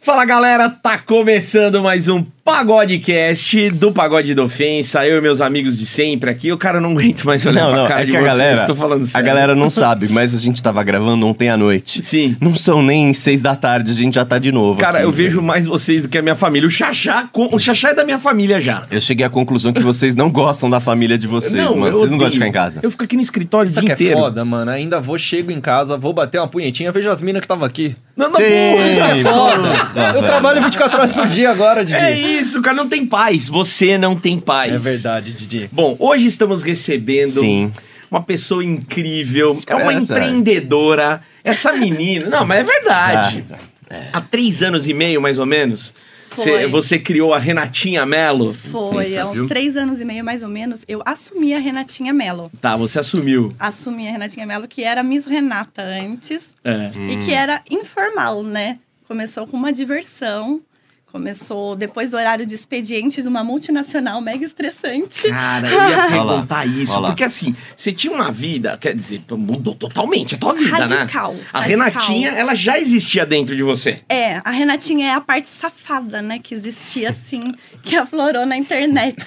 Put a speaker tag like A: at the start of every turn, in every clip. A: Fala galera, tá começando mais um Pagodecast do Pagode da Ofensa. Eu e meus amigos de sempre aqui. O cara não aguento mais olhar
B: Não,
A: pra
B: não,
A: cara
B: é
A: de
B: que a
A: vocês,
B: galera,
A: tô falando sério.
B: a galera não sabe, mas a gente tava gravando ontem à noite.
A: Sim.
B: Não são nem seis da tarde, a gente já tá de novo.
A: Cara,
B: aqui,
A: eu
B: velho.
A: vejo mais vocês do que a minha família. O Xaxá, com- o Xaxá é da minha família já.
B: Eu cheguei à conclusão que vocês não gostam da família de vocês, mano.
A: eu
B: Vocês
A: odeio.
B: não gostam de ficar em casa.
A: Eu fico aqui no escritório o
C: Sabe
A: dia
C: que
A: inteiro.
C: é foda, mano? Ainda vou, chego em casa, vou bater uma punhetinha, vejo as minas que tava aqui.
A: Não, não,
B: Sim.
A: porra, já é
B: Sim.
A: foda.
B: Tá,
C: Eu
B: velho.
C: trabalho 24 horas por dia agora, Didi.
A: É isso, cara, não tem paz. Você não tem paz.
C: É verdade, Didi.
A: Bom, hoje estamos recebendo
B: Sim.
A: uma pessoa incrível, é uma
B: Essa-
A: empreendedora. Essa menina. Não, mas é
B: Ah,
A: verdade.
B: é.
A: Há três anos e meio, mais ou menos,
D: Foi.
A: cê- você criou a Renatinha Mello.
D: Foi,
B: Sim,
D: há uns
B: viu?
D: três anos e meio, mais ou menos, eu assumi a Renatinha Mello.
A: Tá, você assumiu.
D: Assumi a Renatinha Mello, que era Miss Renata antes,
A: É.
D: e
B: Hum.
D: que era informal, né? Começou com uma diversão, começou depois do horário de expediente de uma multinacional mega estressante.
B: Ah.
A: Cara, eu ia
B: Olha lá,
A: perguntar isso,
B: olha lá.
A: porque assim, você tinha uma vida, quer dizer, mudou totalmente a tua vida,
D: Radical,
A: né? A
D: radical.
A: Renatinha, ela já existia dentro de você.
D: É, a Renatinha é a parte safada, né? Que existia assim, que aflorou na internet.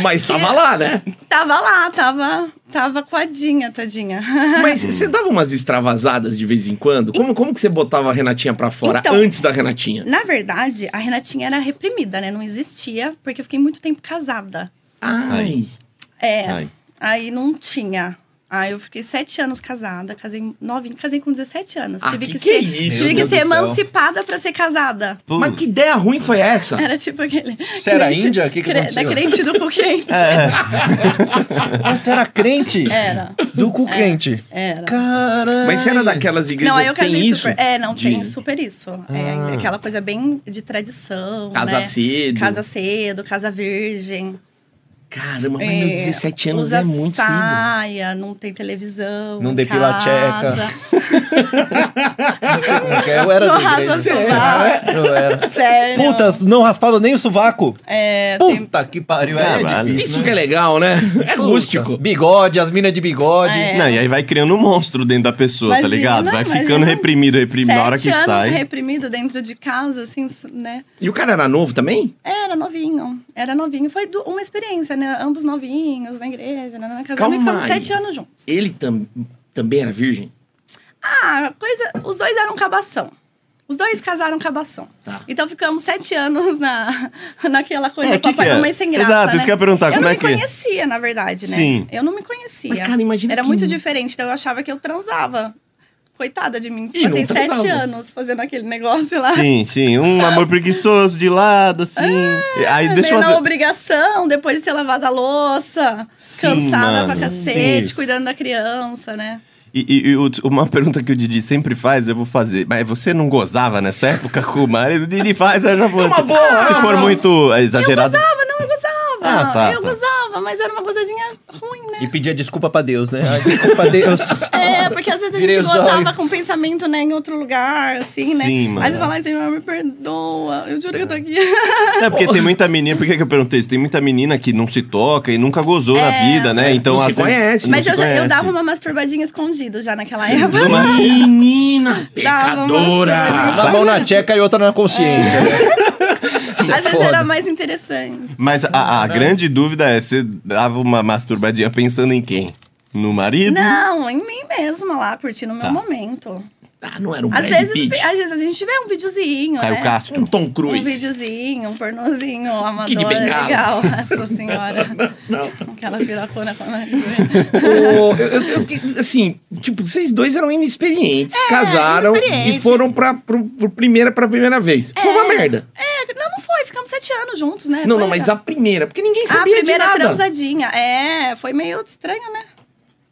A: Mas tava lá, né?
D: tava lá, tava, tava coadinha, tadinha.
A: Mas você dava umas extravasadas de vez em quando? Como, como que você botava a Renatinha pra fora
D: Então-
A: antes da Renatinha?
D: Na verdade, a Renatinha era reprimida, né? Não existia, porque eu fiquei muito tempo casada.
A: Ai.
D: É.
B: Ai.
D: Aí não tinha. Aí eu fiquei sete anos casada, casei novinha, casei com 17 anos.
A: Ah,
D: tive
A: que
D: que,
A: que é
D: ser,
A: isso,
D: tive
C: meu
D: que ser
C: Deus do céu.
D: emancipada pra ser casada.
B: Pô,
A: Mas que ideia ruim foi essa?
D: Era tipo aquele.
C: Você era índia? O que que
D: cre-
C: aconteceu?
D: Da crente do cu quente.
C: Ah, você era crente?
D: Era, É,
C: Do cu quente.
D: era.
C: Caralho.
A: Mas você era daquelas igrejas
D: Não, aí eu
A: que tem
D: casei
A: isso?
D: super. É, não,
A: de
D: tem super isso. É aquela coisa bem de tradição.
A: Casa
D: né?
A: cedo.
D: Casa cedo, casa virgem.
A: Caramba, mas
D: É,
A: meu 17 anos
D: usa
A: é muito cedo.
D: saia, não tem televisão.
C: Não
D: em
C: depila a
D: casa.
C: Não sei como que é. Eu era
D: Não
C: da igreja.
D: raspa
C: Eu
D: sovaco.
C: era, Eu era.
D: Sério.
C: Puta, não raspava nem o sovaco.
D: É, tem-
C: Puta que pariu. aí É
B: Caralho.
C: difícil,
A: Isso
C: né?
A: que é legal, né? É
C: Puta.
A: rústico.
C: Bigode, as minas de bigode.
D: É.
B: Não, e aí vai criando um monstro dentro da pessoa, tá
D: Imagina,
B: ligado? Vai
D: imagina. um
B: ficando reprimido, reprimido. Na hora que
D: sete anos
B: sai.
D: reprimido dentro de casa, assim, s- né?
A: E o cara era novo também?
D: Era novinho, era novinho. Foi du- uma experiência, né? Ambos novinhos, na igreja, né, na, na casa.
A: Calma
D: e ficamos
A: aí.
D: sete anos juntos.
A: Ele tam- também era virgem?
D: Ah, coisa... Os dois eram cabação. Os dois casaram cabação.
A: Tá.
D: Então ficamos sete anos na, naquela coisa
B: É, que
D: papai
B: que
D: e
B: é?
D: mamãe sem graça,
B: Exato,
D: né?
B: isso que eu ia perguntar,
D: Eu
B: como
D: não
B: é
D: me
B: que é?
D: conhecia, na verdade, né?
B: Sim.
D: Eu não me conhecia.
A: Mas, cara, imagina
D: Era
A: que-
D: muito diferente, então eu achava que eu transava. Coitada de mim.
A: E
D: Passei
A: não transava.
D: sete anos fazendo aquele negócio lá.
B: Sim, sim. Um amor preguiçoso de lado, assim. aí
D: Meio
B: deixa eu
D: na
B: fazer.
D: obrigação, depois de ter lavado a louça,
B: Sim,
D: cansada
B: mano,
D: pra cacete,
B: sim.
D: cuidando da criança, né?
B: E, e- e o- uma pergunta que o Didi sempre faz, eu vou fazer. Mas você não gozava nessa época com o marido? O Didi faz, eu já vou.
A: uma boa,
B: Se
A: é uma
B: for
A: boa.
B: muito é, exagerado.
D: Gozava, não, eu gozava.
B: Ah, tá,
D: eu
B: tá.
D: gozava, mas era uma gozadinha ruim, né?
C: E pedia desculpa pra Deus, né? Ai, desculpa, Deus.
D: É, porque às vezes a
C: Virei
D: gente
C: os olhos.
D: gozava com pensamento, né, em outro lugar, assim, né?
B: Sim, mano.
D: Aí você fala assim, meu, me perdoa, eu juro que eu tô aqui.
B: É porque tem muita menina. Por que, que eu perguntei isso? Tem muita menina que não se toca e nunca gozou na vida, né? Então,
A: Não se
B: às vezes-
A: conhece.
B: não
D: É. Mas
B: se
D: eu, já, eu
B: conhece.
D: dava uma masturbadinha escondida já naquela época.
A: Menina
D: Dava umas
A: pecadora!
D: coisas. assim.
C: Uma mão na tcheca e outra na consciência. né?
D: É. Às
C: Isso é
D: vezes
C: foda.
D: era mais interessante.
B: Mas a, a grande dúvida é: você dava uma masturbadinha pensando em quem? No marido?
D: Não, em mim mesma lá, curtindo o meu momento.
A: Ah, não era um
D: Às
A: Brad
D: vezes,
A: Pitt.
D: às vezes a gente vê um videozinho,
B: Caio
D: né?
A: Um
B: Castro.
A: Tom
D: Um
A: Cruise.
D: videozinho, um pornozinho, amador,
A: Kid Bengala.
D: legal. Nossa senhora.
A: Não.
D: Aquela piracona com a
A: Ô, eu- eu- eu que- assim, tipo, vocês dois eram inexperientes, casaram
D: É, inexperiente.
A: e foram pra, pro, pro primeira, pra primeira vez. Foi uma merda.
D: É, não, não foi. Ficamos sete anos juntos, né?
A: não,
D: Foi
A: não, mas a
D: legal.
A: primeira, porque ninguém
D: A
A: sabia
D: Ah, primeira
A: de nada.
D: transadinha. É, foi meio estranho, né?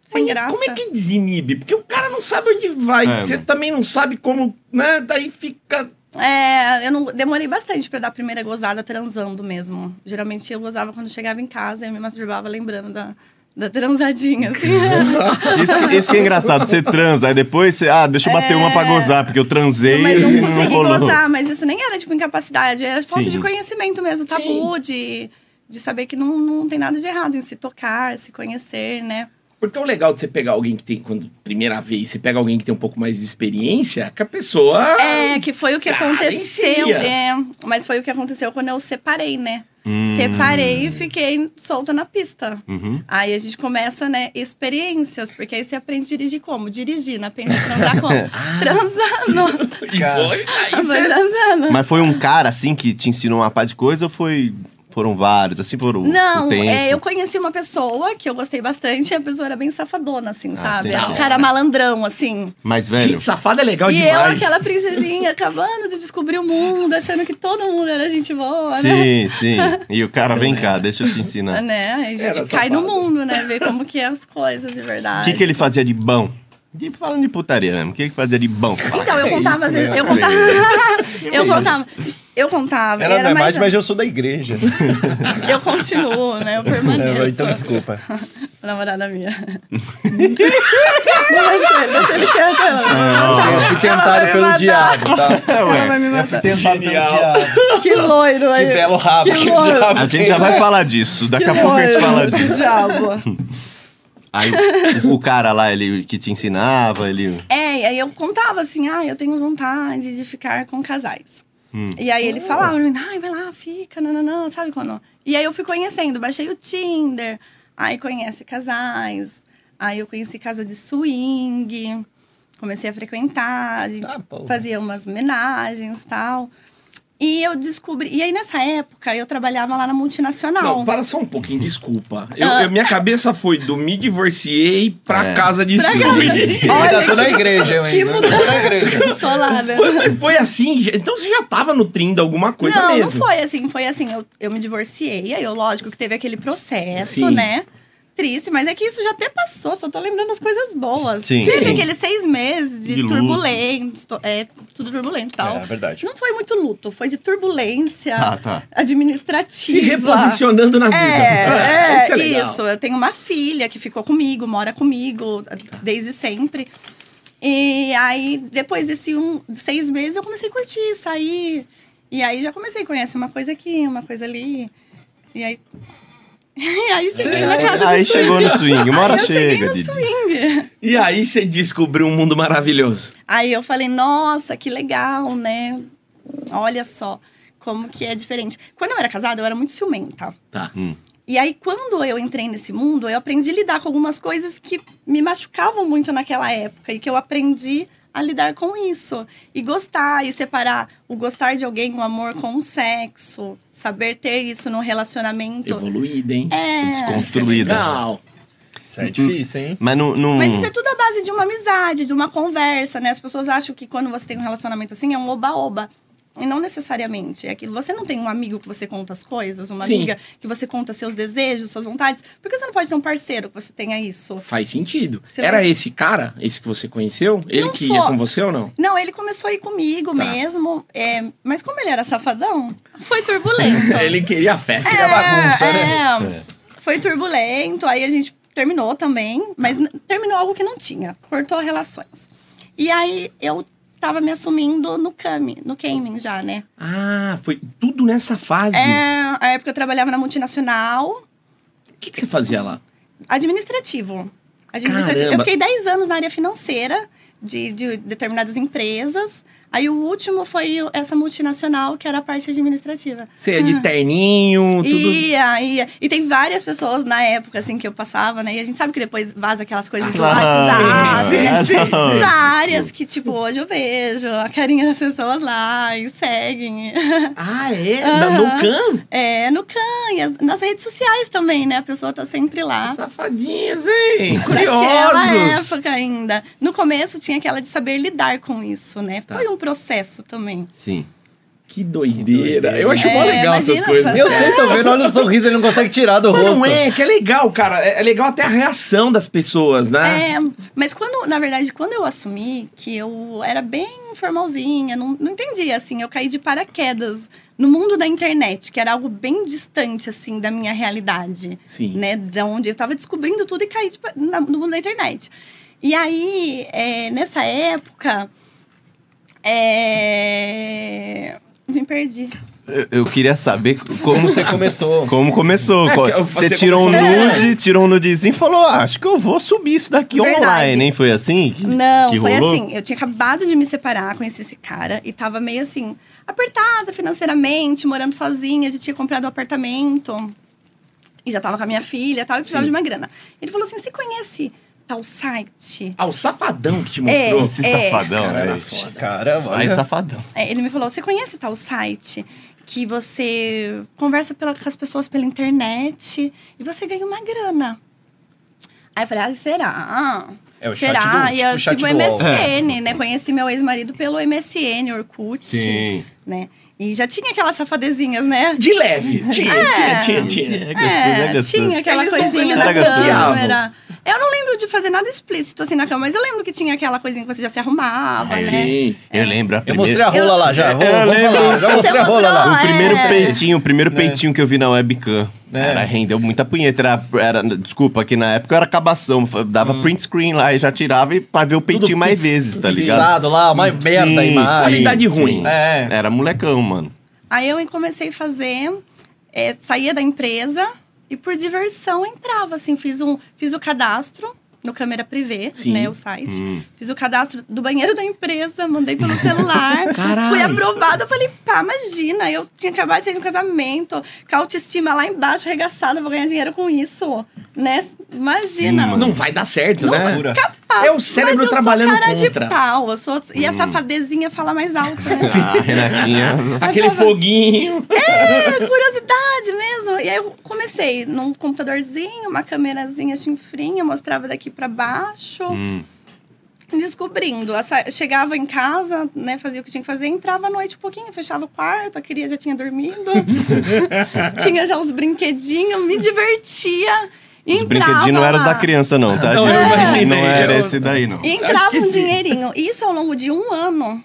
D: Sem
A: Mas
D: graça.
A: Como é que desinibe? Porque o cara não sabe onde vai,
B: É,
A: você
B: mano.
A: também não sabe como, né? Daí fica...
D: É, eu não, demorei bastante pra dar a primeira gozada transando mesmo. Geralmente eu gozava quando chegava em casa, eu me masturbava lembrando da, da transadinha, assim.
B: Isso, que- isso que é engraçado, você transa, aí depois você. Ah, deixa eu bater uma pra gozar, porque eu transei
D: Mas
B: e
D: É. não
B: não,
D: consegui
B: rolou.
D: gozar, mas isso nem era tipo incapacidade, era falta
B: Sim.
D: de conhecimento mesmo, tabu, de, de saber que não, não tem nada de errado em se tocar, se conhecer, né?
A: Porque é o legal de você pegar alguém que tem, quando primeira vez, você pega alguém que tem um pouco mais de experiência, é que a pessoa.
D: É, que foi o que
A: Cara,
D: aconteceu.
A: inicia.
D: É, mas foi o que aconteceu quando eu separei, né?
B: Hum.
D: Separei e fiquei solta na pista.
B: Uhum.
D: Aí a gente começa, né, experiências, porque aí você aprende a dirigir como? Dirigir, não aprende a transar como?
B: Ah,
D: transando.
A: E foi, aí
B: é
D: Vai
A: você.
D: transando.
B: Mas foi um cara assim que te ensinou uma pá de coisa ou foi. Foram vários, assim foram.
D: Não,
B: tempo?
D: é, eu conheci uma pessoa que eu gostei bastante, e a pessoa era bem safadona, assim,
B: Ah,
D: sabe?
B: sim.
D: Era um cara malandrão, assim.
B: Mais velho.
A: Gente, safada é legal
D: e eu,
A: demais.
D: aquela princesinha, acabando de descobrir o mundo, achando que todo mundo era gente boa, né?
B: Sim, sim. E o cara, vem cá, deixa eu te ensinar.
D: Né? Aí a
A: Era
D: gente cai no
A: safado.
D: mundo, né? Ver como que é as coisas de
B: O
D: verdade.
B: que, que ele fazia de bom? De, falando de putaria mesmo, o que ele fazia de bom? Fala,
D: Então, eu
C: é
B: "Que
D: contava,
B: isso,
C: né?
D: às vezes,
B: meu
D: eu
B: filho?"
D: contava. eu contava. Eu contava.
C: Ela
D: era
C: não é mais,
D: mais,
C: mas eu sou da igreja.
D: Eu continuo, né? Eu permaneço.
C: É, então, desculpa.
D: Namorada minha. Deixa ele- é, deixa ele quieto, ela.
C: Eu fui tentado
D: vai me
C: pelo
D: matar.
C: diabo, tá?
B: É,
D: Ela
B: ué,
D: vai me
C: Eu fui
D: matar.
C: tentado
A: Genial.
C: pelo diabo.
D: Que loiro aí.
C: Que belo rabo
D: Que
C: que o
D: loiro.
C: diabo
B: A gente já vai falar disso, daqui a pouco a gente fala
D: Que
B: disso.
D: diabo.
B: Aí o cara lá, ele que te ensinava, ele.
D: É, e aí eu contava assim, ah, eu tenho vontade de ficar com casais. E aí ele falava, ai, vai lá, fica, não, não, não, sabe quando? E aí eu fui conhecendo, baixei o Tinder, aí conhece casais, aí eu conheci casa de swing, comecei a frequentar, a gente
C: Ah, porra.
D: fazia umas homenagens e tal. E eu descobri, e aí nessa época eu trabalhava lá na multinacional.
A: Não, para só um pouquinho, desculpa. Eu,
D: Ah.
A: eu- minha cabeça foi do me divorciei pra
B: É.
A: casa de
D: Pra
A: swing.
D: casa-
C: Eu ainda tô
D: Olha
C: na
D: que-
C: igreja, eu
D: que
C: ainda. Eu ainda tô na igreja.
D: Tô lá, né?
A: Foi, mas foi assim, gente. então você já tava nutrindo alguma coisa
D: não,
A: mesmo.
D: não foi assim. Foi assim, eu, eu me divorciei. Aí, eu, lógico, que teve aquele processo,
A: Sim.
D: né? Triste, mas é que isso já até passou. Só tô lembrando as coisas boas.
B: Sim,
D: Teve
B: sim.
D: aqueles seis meses de,
B: De luto.
D: turbulento. to- É, tudo turbulento e tal.
C: É, é verdade.
D: Não foi muito luto. Foi de turbulência
B: Tá, tá.
D: administrativa.
A: Se reposicionando na vida. Ah,
D: É, é,
A: isso é legal.
D: isso. Eu tenho uma filha que ficou comigo, mora comigo desde sempre. E aí, depois desse um, seis meses, eu comecei a curtir, sair. E aí já comecei a conhecer uma coisa aqui, uma coisa ali. E aí. E aí cheguei na casa
B: Aí
D: do swing.
B: chegou no swing, uma hora
D: Aí eu cheguei
B: chega,
D: no
B: Didi.
D: swing.
A: E aí você descobriu um mundo maravilhoso.
D: Aí eu falei, nossa, que legal, né? Olha só como que é diferente. Quando eu era casada, eu era muito ciumenta.
A: Tá.
D: E aí, quando eu entrei nesse mundo, eu aprendi a lidar com algumas coisas que me machucavam muito naquela época e que eu aprendi a lidar com isso. E gostar, e separar o gostar de alguém, o amor com o sexo, saber ter isso no relacionamento.
A: Evoluída, hein?
D: É.
B: Desconstruída.
A: Legal.
C: Isso é difícil, hein?
B: Mas não. não-
D: Mas isso é tudo à base de uma amizade, de uma conversa, né? As pessoas acham que quando você tem um relacionamento assim, é um oba-oba. E não necessariamente. É aquilo. Você não tem um amigo que você conta as coisas, uma
A: Sim.
D: amiga que você conta seus desejos, suas vontades. Por que você não pode ter um parceiro que você tenha isso?
A: Faz sentido.
D: Você
A: Era
D: vai-
A: esse cara, esse que você conheceu? Ele
D: Não
A: que
D: foi.
A: ia com você ou não?
D: Não, ele começou a ir comigo
A: Tá.
D: mesmo. é, mas como ele era safadão, foi turbulento.
A: Ele tá queria festa.
D: é,
C: bagunça, né?
D: é, Foi turbulento, aí a gente terminou também, mas
A: Tá.
D: n- terminou algo que não tinha. Cortou relações. E aí eu tava me assumindo no Kami, no Gaming já, né?
A: Ah, foi tudo nessa fase.
D: É, a época eu trabalhava na multinacional,
A: O que, que você fazia lá?
D: administrativo. Administrativo. Eu
A: Caramba.
D: fiquei 10 anos na área financeira de, de determinadas empresas. Aí o último foi essa multinacional, que era a parte administrativa.
A: Você ia de terninho, tudo.
D: Ia, ia. Ah. E tem várias pessoas na época, assim, que eu passava, né? E a gente sabe que depois vaza aquelas coisas do
B: Claro.
D: WhatsApp.
A: Sim,
D: né?
B: sim, sim.
D: Várias que, tipo, hoje eu vejo a carinha das pessoas lá e seguem.
A: Ah, é?
D: Ah.
A: No can?
D: É, no CAN, e as- nas redes sociais também, né? A pessoa tá sempre lá.
A: Safadinhas, hein?
D: Naquela
A: Curiosos.
D: época ainda. No começo tinha aquela de saber lidar com isso, né?
A: Tá.
D: Foi um processo também.
B: Sim.
A: Que doideira.
C: doideira.
A: Eu acho mó
D: É,
A: legal essas
D: imagina
A: coisas.
D: fazer-
A: Eu-
C: Eu sei, tô vendo, olha o sorriso, ele não consegue tirar do
A: Mas
C: rosto.
A: não é, que é legal, cara. É, é legal até a reação das pessoas, né?
D: É, mas quando, na verdade, quando eu assumi que eu era bem formalzinha, não, não entendi, assim, eu caí de paraquedas no mundo da internet, que era algo bem distante, assim, da minha realidade,
A: Sim.
D: né? Da onde eu tava descobrindo tudo e caí de pa- na- no mundo da internet. E aí, é, nessa época, é, me perdi.
B: Eu, eu queria saber como você
C: começou.
B: Como começou?
A: É,
B: qual-
A: que eu-
B: você
A: você
B: tirou um
D: começou-
B: nude, tirou um nudezinho e falou: "Ah, acho que eu vou subir isso daqui
D: Verdade.
B: online, hein? Foi assim? que-
D: Não,
B: que
D: foi
B: rolou?
D: assim. Eu tinha acabado de me separar, conheci esse cara e tava meio assim, apertada financeiramente, morando sozinha, a gente tinha comprado um apartamento e já tava com a minha filha e tal, e precisava de uma grana. Ele falou assim: você conhece tal site?
A: Ah, o safadão que te mostrou.
B: Esse
D: É.
B: safadão,
A: Cara,
B: velho.
A: era foda.
C: Caramba.
B: Ai,
C: olha.
B: safadão.
D: É, ele me falou: você conhece tal site? Que você conversa pela- com as pessoas pela internet e você ganha uma grana. Aí eu falei, ah, será?
C: É o
D: será?
C: chat do-
D: e eu,
C: o chat
D: tipo,
C: do UOL. É.
D: MSN, né? Conheci meu ex-marido pelo MSN, Orkut.
B: Sim.
D: né? E já tinha aquelas safadezinhas, né?
A: De leve. Tinha, tinha, tinha, tinha.
B: É, gostoso, é
D: É,
B: gostoso.
D: tinha aquela
A: Eles não-
D: coisinha
A: eles
D: na
B: não bloqueavam.
D: câmera. Eu não lembro de fazer nada explícito assim na câmera, mas eu lembro que tinha aquela coisinha que você já se arrumava,
A: É.
D: né?
A: Sim.
B: Eu lembro a
C: Eu
B: primeira.
C: mostrei a rola lá já. Vou, vou falar. Ah, Já
D: Você
C: mostrei a rola
D: mostrou?
C: lá.
B: O primeiro
D: É.
B: peitinho, o primeiro peitinho que eu vi na webcam.
C: É.
B: Era, rendeu muita punheta. Era, era- desculpa, que na época era acabação. fa- Dava print screen lá e já tirava e pra ver o peitinho mais vezes, tá ligado?
C: Pisado lá, uma merda a
B: Sim,
C: imagem.
A: Qualidade ruim.
B: sim.
C: É.
B: Era molecão, mano.
D: Aí eu comecei a fazer, é, saía da empresa e por diversão entrava, assim, fiz, um, fiz o cadastro no câmera privê,
A: Sim. Hum.
D: né, o site. Fiz o cadastro do banheiro da empresa, mandei pelo celular.
A: Caralho.
D: Fui aprovada, eu falei, pá, imagina, eu tinha acabado de sair de um casamento, com a autoestima lá embaixo, arregaçada, vou ganhar dinheiro com isso, né? Imagina.
B: Sim, mano.
A: Não vai dar certo,
C: Não
A: né?
C: vai.
D: Capaz,
A: É o cérebro
D: mas eu
A: trabalhando
D: sou cara
A: contra. Hum.
D: de pau, eu sou... E a safadezinha fala mais alto, né?
B: A Renatinha.
A: Aquele foguinho.
D: É, curiosidade mesmo. E aí eu comecei num computadorzinho, uma câmerazinha chinfrinha, mostrava daqui pra baixo,
B: Hum.
D: descobrindo. Eu sa- Chegava em casa, né, fazia o que tinha que fazer, entrava à noite um pouquinho, fechava o quarto, a queria já tinha dormido. tinha já uns brinquedinhos, me divertia. E
B: Os
D: entrava
B: brinquedinhos não eram os
D: lá.
B: da criança, não, tá?
A: Não,
B: gente?
A: eu imaginei.
B: Não era
A: Eu-
B: esse daí, não.
D: E entrava
A: que
D: um
A: sim.
D: dinheirinho. E Isso ao longo de um ano,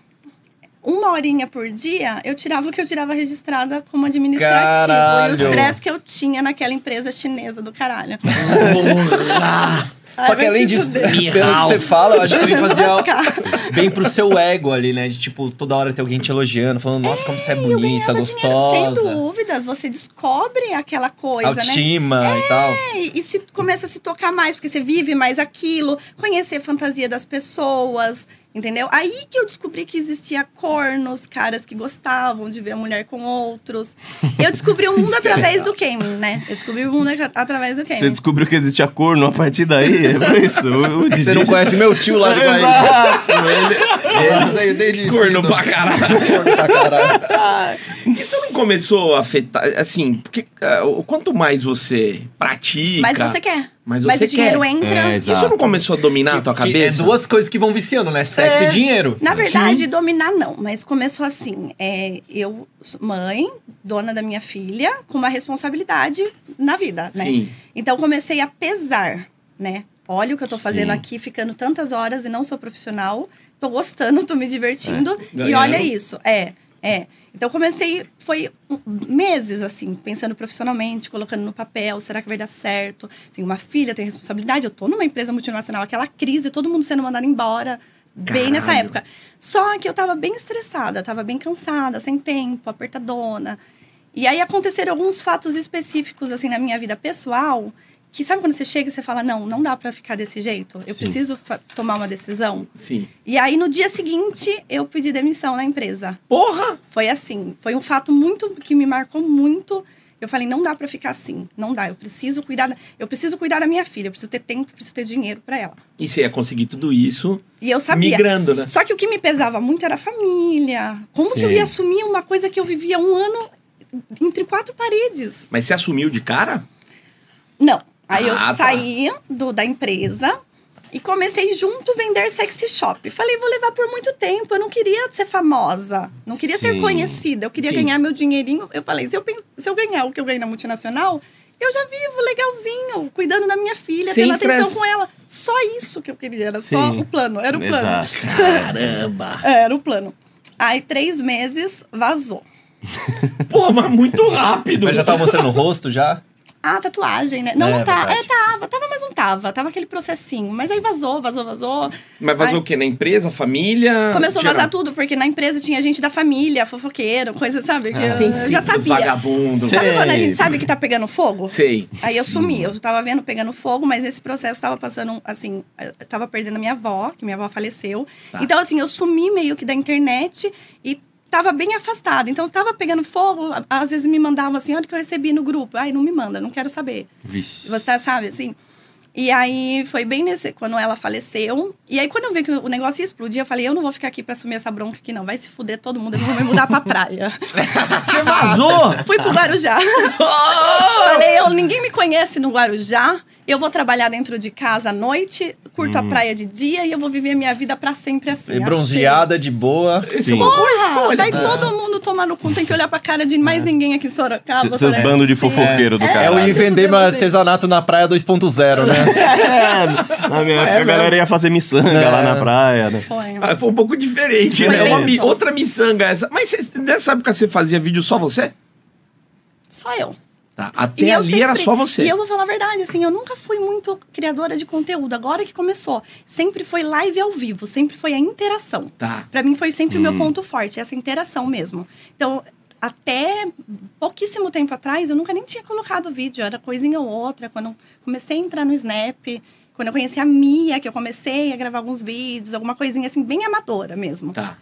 D: uma horinha por dia, eu tirava o que eu tirava registrada como administrativo.
C: Caralho.
D: E o estresse que eu tinha naquela empresa chinesa do caralho. É.
A: Porra!
D: Ai,
C: Só que
D: vai
C: além
D: se
C: disso,
D: fuder.
C: pelo que
A: Mihal.
C: você fala, eu acho que ele fazia
D: Cara,
C: bem pro seu ego ali, né? De tipo, toda hora ter alguém te elogiando, falando, nossa, como você é
D: eu
C: bonita,
D: ganhava dinheiro sem
C: gostosa,
D: dúvidas. Você descobre aquela coisa, né?
C: autoestima e tal.
D: É, E, se começa a se tocar mais, porque você vive mais aquilo, conhecer a fantasia das pessoas, entendeu? Aí que eu descobri que existia cornos, caras que gostavam de ver a mulher com outros. Eu descobri o mundo
A: é
D: através do gaming, né? Eu descobri o mundo atra- através do
B: Você
D: gaming.
B: descobriu que existia corno a partir daí? É por isso. O, o
C: Você
B: Didi-
C: não conhece meu tio lá de Guarani.
B: Exato.
C: Ele saiu desde
A: Corno
C: cedo.
A: pra caralho.
C: Corno pra caralho.
A: Isso não começou a afetar. Assim, porque ah, o quanto mais você pratica.
D: Mas você quer.
A: Mas
D: Mas
A: você
D: o dinheiro
A: quer.
D: entra.
B: É,
A: Isso não começou a dominar a tua
C: Que é
A: cabeça?
C: duas coisas que vão viciando, né? Sexo
A: É.
C: e dinheiro.
D: Na verdade, dominar não, mas começou assim. É, eu, sou mãe, dona da minha filha, com uma responsabilidade na vida, né?
A: Sim.
D: Então comecei a pesar, né? Olha o que eu tô fazendo
B: Sim.
D: aqui, ficando tantas horas e não sou profissional. Tô gostando, tô me divertindo. e
A: ganhando.
D: olha isso. É, é. Então comecei, foi um- meses assim, pensando profissionalmente, colocando no papel, será que vai dar certo? Tenho uma filha, tenho responsabilidade, eu tô numa empresa multinacional, aquela crise, todo mundo sendo mandado embora. Bem nessa
A: Caralho.
D: época. Só que eu tava bem estressada, tava bem cansada, sem tempo, apertadona. E aí aconteceram alguns fatos específicos, assim, na minha vida pessoal, que sabe quando você chega e você fala, não, não dá pra ficar desse jeito, eu
B: Sim.
D: preciso fa- tomar uma decisão.
A: Sim.
D: E aí, no dia seguinte, eu pedi demissão na empresa.
A: Porra!
D: Foi assim, foi um fato muito, que me marcou muito. Eu falei, não dá pra ficar assim, não dá, eu preciso cuidar, da- eu preciso cuidar da minha filha, eu preciso ter tempo, eu preciso ter dinheiro pra ela.
A: E você ia conseguir tudo isso
D: E eu sabia.
A: migrando, né?
D: Só que o que me pesava muito era a família. Como que eu
B: Sim.
D: ia assumir uma coisa que eu vivia um ano entre quatro paredes?
A: Mas você assumiu de cara?
D: Não. Aí
A: Ah, tá.
D: eu saí do, da empresa e comecei junto vender sexy shop. Falei, vou levar por muito tempo. Eu não queria ser famosa. Não queria
B: Sim.
D: ser conhecida. Eu queria
A: Sim.
D: ganhar meu dinheirinho. Eu falei, se eu, pen- se eu ganhar o que eu ganho na multinacional, eu já vivo legalzinho, cuidando da minha filha,
A: Sem
D: tendo atenção
A: estresse.
D: com ela. Só isso que eu queria, era só
B: Sim.
D: o plano. Era o plano.
B: Exato.
A: Caramba!
D: É, Era o plano. Aí, três meses, vazou.
A: Pô, mas muito rápido!
C: Mas já tava mostrando o rosto já?
D: Ah, tatuagem, né? Não,
C: É,
D: não tá.
C: verdade.
D: É, tava, tava, mas não tava. Tava aquele processinho. Mas aí vazou, vazou, vazou.
A: Mas vazou
D: Ai.
A: o quê? Na empresa,
C: Ah,
A: família?
D: Começou a
A: Geral.
D: vazar tudo, porque na empresa tinha gente da família, fofoqueiro, coisa, sabe?
C: É.
D: Que eu- eu já
A: Os
D: sabia.
A: vagabundos.
D: Sabe quando a
B: Sei.
D: gente sabe que tá pegando fogo?
A: Sei.
D: Aí eu sumi, eu tava vendo pegando fogo, mas esse processo tava passando, assim, eu tava perdendo a minha avó, que minha avó faleceu.
A: Tá.
D: Então, assim, eu sumi meio que da internet e tava bem afastada. Então, eu tava pegando fogo, a- às vezes me mandavam assim, olha o que eu recebi no grupo. Ai, não me manda, não quero saber.
B: Vixe.
D: Você tá, sabe, assim. E aí foi bem nesse. Quando ela faleceu. E aí, quando eu vi que o negócio ia explodir, eu falei, eu não vou ficar aqui pra assumir essa bronca aqui, não. Vai se fuder todo mundo, eu vou me mudar pra praia.
A: Você vazou?
D: Fui pro Guarujá. Falei, eu, ninguém me conhece no Guarujá. Eu vou trabalhar dentro de casa à noite, curto a
B: Hum.
D: praia de dia e eu vou viver a minha vida pra sempre assim.
C: E
D: Achei.
C: bronzeada, de boa.
A: Esse
B: Sim.
A: é uma boa
D: Porra,
A: escolha.
D: Ah, vai todo mundo tomar no cu, tem que olhar pra cara de mais ninguém aqui em Sorocaba.
B: Se- É. seus
D: Sorocaba.
B: bandos de
D: Sim.
B: fofoqueiro do
D: É,
B: caralho.
C: É o ir vender meu
D: Caralho.
C: artesanato na praia 2.0, né?
B: É, na minha época, a galera ia fazer miçanga
C: É.
B: lá na praia, né?
D: Foi.
A: Ah, foi um pouco diferente,
D: Foi
A: né?
D: bem
A: Uma mi-
D: isso.
A: outra miçanga essa. Mas cê- nessa época você fazia vídeo só você?
D: Só eu.
A: Tá.
D: E
A: Até
D: eu
A: ali
D: sempre-
A: era só
D: E
A: você.
D: eu vou falar a verdade, assim, eu nunca fui muito criadora de conteúdo. Agora que começou, sempre foi live ao vivo, sempre foi a interação.
A: Tá.
D: Pra mim foi sempre o
C: Hum.
D: meu ponto forte, essa interação mesmo. Então, até pouquíssimo tempo atrás, eu nunca nem tinha colocado vídeo, era coisinha ou outra. Quando eu comecei a entrar no Snap, quando eu conheci a Mia, que eu comecei a gravar alguns vídeos, alguma coisinha assim, bem amadora mesmo.
A: Tá.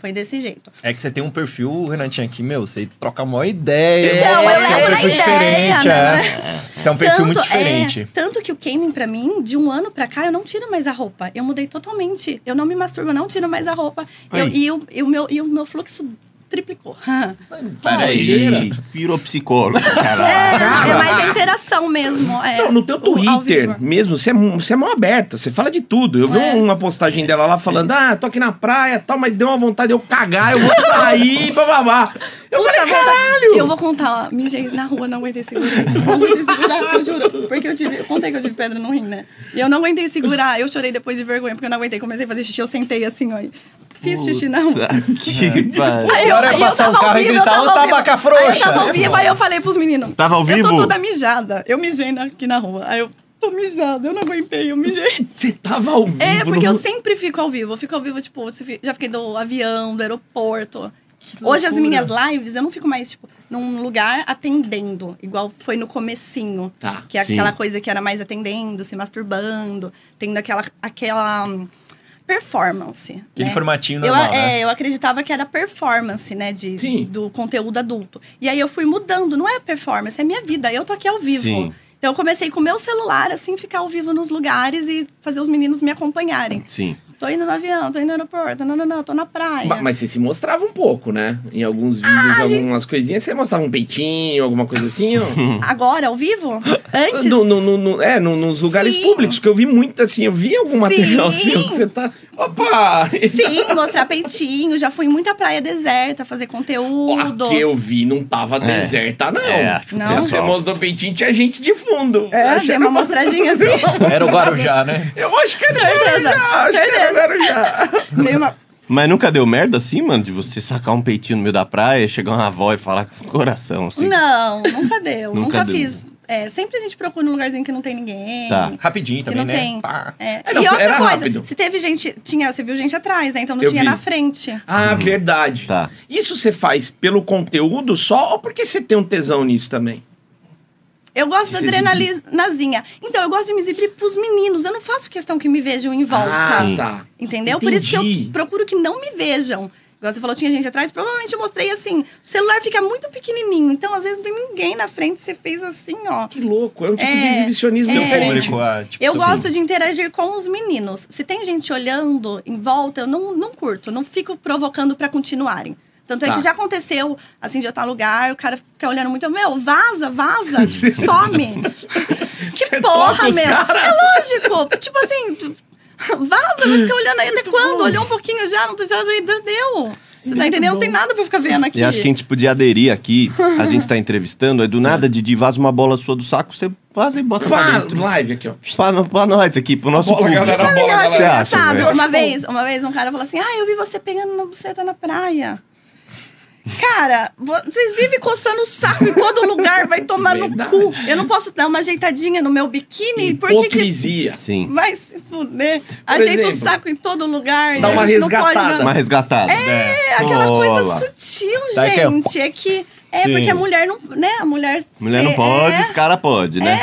D: Foi desse jeito.
C: É que você tem um perfil, Renatinho, aqui, meu, você troca a maior ideia.
A: Então,
C: Você é um
A: eu levo na
C: perfil
A: ideia,
C: diferente,
D: né?
C: é. Você é um perfil muito
D: é,
C: diferente.
D: tanto que o gaming, pra mim, de um ano pra cá, eu não tiro mais a roupa. Eu mudei totalmente. Eu não me masturbo, eu não tiro mais a roupa. Eu-
B: Aí.
D: e, o, e o meu, e o meu fluxo triplicou.
B: Peraí, virou psicólogo, caralho.
C: Ah.
D: É, é mais
B: Ah.
D: a interação mesmo. é.
A: Não, no teu
D: O- ao
A: Twitter
D: vivo.
A: mesmo, você é, mu- você é mão aberta, você fala de tudo. Eu vi
D: É.
A: uma postagem dela lá falando, ah, tô aqui na praia e tal, mas deu uma vontade de eu cagar, eu vou sair, bababá. Eu falei, caralho!
D: Eu vou contar, ó, mijei na rua, não aguentei segurar. Não aguentei segurar, eu juro. Porque eu tive. Eu contei que eu tive pedra no rim, né? E eu não aguentei segurar, eu chorei depois de vergonha, porque eu não aguentei. Comecei a fazer xixi, eu sentei assim, ó. e Fiz xixi na rua.
B: É. Que pariu.
D: Aí
C: Agora é
D: aí
C: passar
D: tava
C: o carro
D: ao
C: e
D: vivo,
C: gritar,
D: eu
C: "Ô,
D: tava ao
C: tabaca
D: vivo".
C: frouxa!
D: Aí eu tava ao vivo, aí eu falei pros meninos.
B: Tava ao
D: Eu
B: vivo?
D: tô toda mijada. Eu mijei na- aqui na rua. Aí eu tô mijada, eu não aguentei, eu mijei.
A: Você tava ao vivo.
D: É, porque
A: no-
D: eu sempre fico ao vivo. Eu fico ao vivo, tipo, se fi- já fiquei do avião, do aeroporto. Hoje as minhas lives, eu não fico mais, tipo, num lugar atendendo. Igual foi no comecinho.
A: Tá,
D: Que é
B: sim.
D: aquela coisa que era mais atendendo, se masturbando, tendo aquela, aquela hum, performance.
C: Aquele
D: né?
C: formatinho
D: Eu,
C: normal,
D: a-
C: né?
D: é, eu acreditava que era performance, né? De,
A: Sim.
D: Do conteúdo adulto. E aí eu fui mudando, não é performance, é minha vida. Eu tô aqui ao vivo.
B: Sim.
D: Então eu comecei com o meu celular, assim, ficar ao vivo nos lugares e fazer os meninos me acompanharem.
B: Sim.
D: Tô indo no avião, tô indo no aeroporto, não, não, não, tô na praia.
A: Ma- Mas você se mostrava um pouco, né? Em alguns
D: Ah,
A: vídeos, algumas coisinhas, você mostrava um peitinho, alguma coisa assim, ó.
D: Agora, ao vivo? Antes?
A: No, no- no- no- é, no- nos lugares
D: Sim.
A: públicos, que eu vi muito assim, eu vi algum material seu que você tá. Opa!
D: Sim, mostrar peitinho, já fui em muita praia deserta fazer
A: A
D: conteúdo.
A: Ah, que eu vi não tava deserta, não.
B: É, acho que o
D: Não.
A: Quando Você
B: pessoal-
A: mostrou peitinho, tinha gente de fundo. Eu
D: É,
A: acho que
D: dei
A: era
D: uma mostradinha assim.
C: Era o Guarujá, né?
A: Eu acho que era
D: Certeza,
A: Guarujá, acho que era
D: certeza.
A: Guarujá.
D: Dei uma...
B: Mas nunca deu merda assim, mano? De você sacar um peitinho no meio da praia, chegar uma avó e falar com o coração, assim.
D: Não, nunca deu.
B: Nunca
D: nunca
B: deu.
D: fiz. É, sempre a gente procura um lugarzinho que não tem ninguém.
B: Tá.
C: Rapidinho
D: Que
C: também,
D: não
C: né?
D: tem.
C: Pá.
D: É.
A: É, não,
D: e outra
A: era
D: coisa,
A: rápido.
D: se teve gente, tinha, você viu gente atrás, né? Então não
A: Eu
D: tinha
A: vi.
D: na frente.
A: Ah, verdade.
B: Tá.
A: Isso você faz pelo conteúdo só ou porque você tem um tesão nisso também?
D: Eu gosto da
A: Se exibir.
D: adrenalinazinha. Então, eu gosto de me exibir pros meninos. Eu não faço questão que me vejam em volta.
A: Ah, tá.
D: Entendeu? Por isso que
A: Entendi.
D: eu procuro que não me vejam. Igual você falou, tinha gente atrás. Provavelmente eu mostrei assim. O celular fica muito pequenininho. Então, às vezes, não tem ninguém na frente. Você fez assim, ó.
A: Que louco, é um tipo de
D: É,
A: exibicionismo
D: é.
A: diferente.
C: Público, ah, tipo, assim,
D: Eu gosto de interagir com os meninos. Se tem gente olhando em volta, eu não, não curto, não fico provocando pra continuarem. Tanto é
A: Tá.
D: que já aconteceu, assim, de eu estar no lugar, o cara fica olhando muito, eu, meu, vaza, vaza, some. que
A: Você toca
D: porra,
A: os
D: meu.
A: cara?
D: É lógico. Tipo assim, tu- vaza, vai ficar olhando aí até
A: Tipo,
D: quando? Olhou um pouquinho já, não, já deu. Você tá entendendo? Não tem nada pra eu ficar vendo aqui.
B: E acho que a gente podia aderir aqui. A gente tá entrevistando, aí do nada, Didi, vaza uma bola sua do saco, você vaza e bota pra
A: Pá,
B: Tá dentro.
A: live aqui, ó.
B: Pra, pra nós aqui, pro nosso
A: Bola,
B: público.
A: galera,
D: Sabe o que eu
A: bola,
D: acho
B: Você
A: galera.
B: acha,
D: engraçado?
B: velho?
D: uma
A: Acho
D: vez, uma vez um cara falou assim: Ah, eu vi você pegando na buceta na praia. Cara, vo- vocês vivem coçando o saco em todo lugar, vai tomar no
A: Verdade.
D: cu. Eu não posso dar uma ajeitadinha no meu biquíni? Por que que
A: Hipocrisia.
B: Sim.
D: vai se fuder? Ajeita
A: exemplo,
D: o saco em todo lugar.
A: dá
D: a
A: uma
D: gente não pode
A: resgatada.
D: dar-
B: Uma resgatada. né?
D: É aquela
B: Olá.
D: coisa sutil,
C: Tá, que é-
D: gente. É que. É,
B: Sim.
D: porque a mulher não. Né? A mulher.
B: Mulher não
D: é-
B: pode,
D: é-
B: os caras podem, né?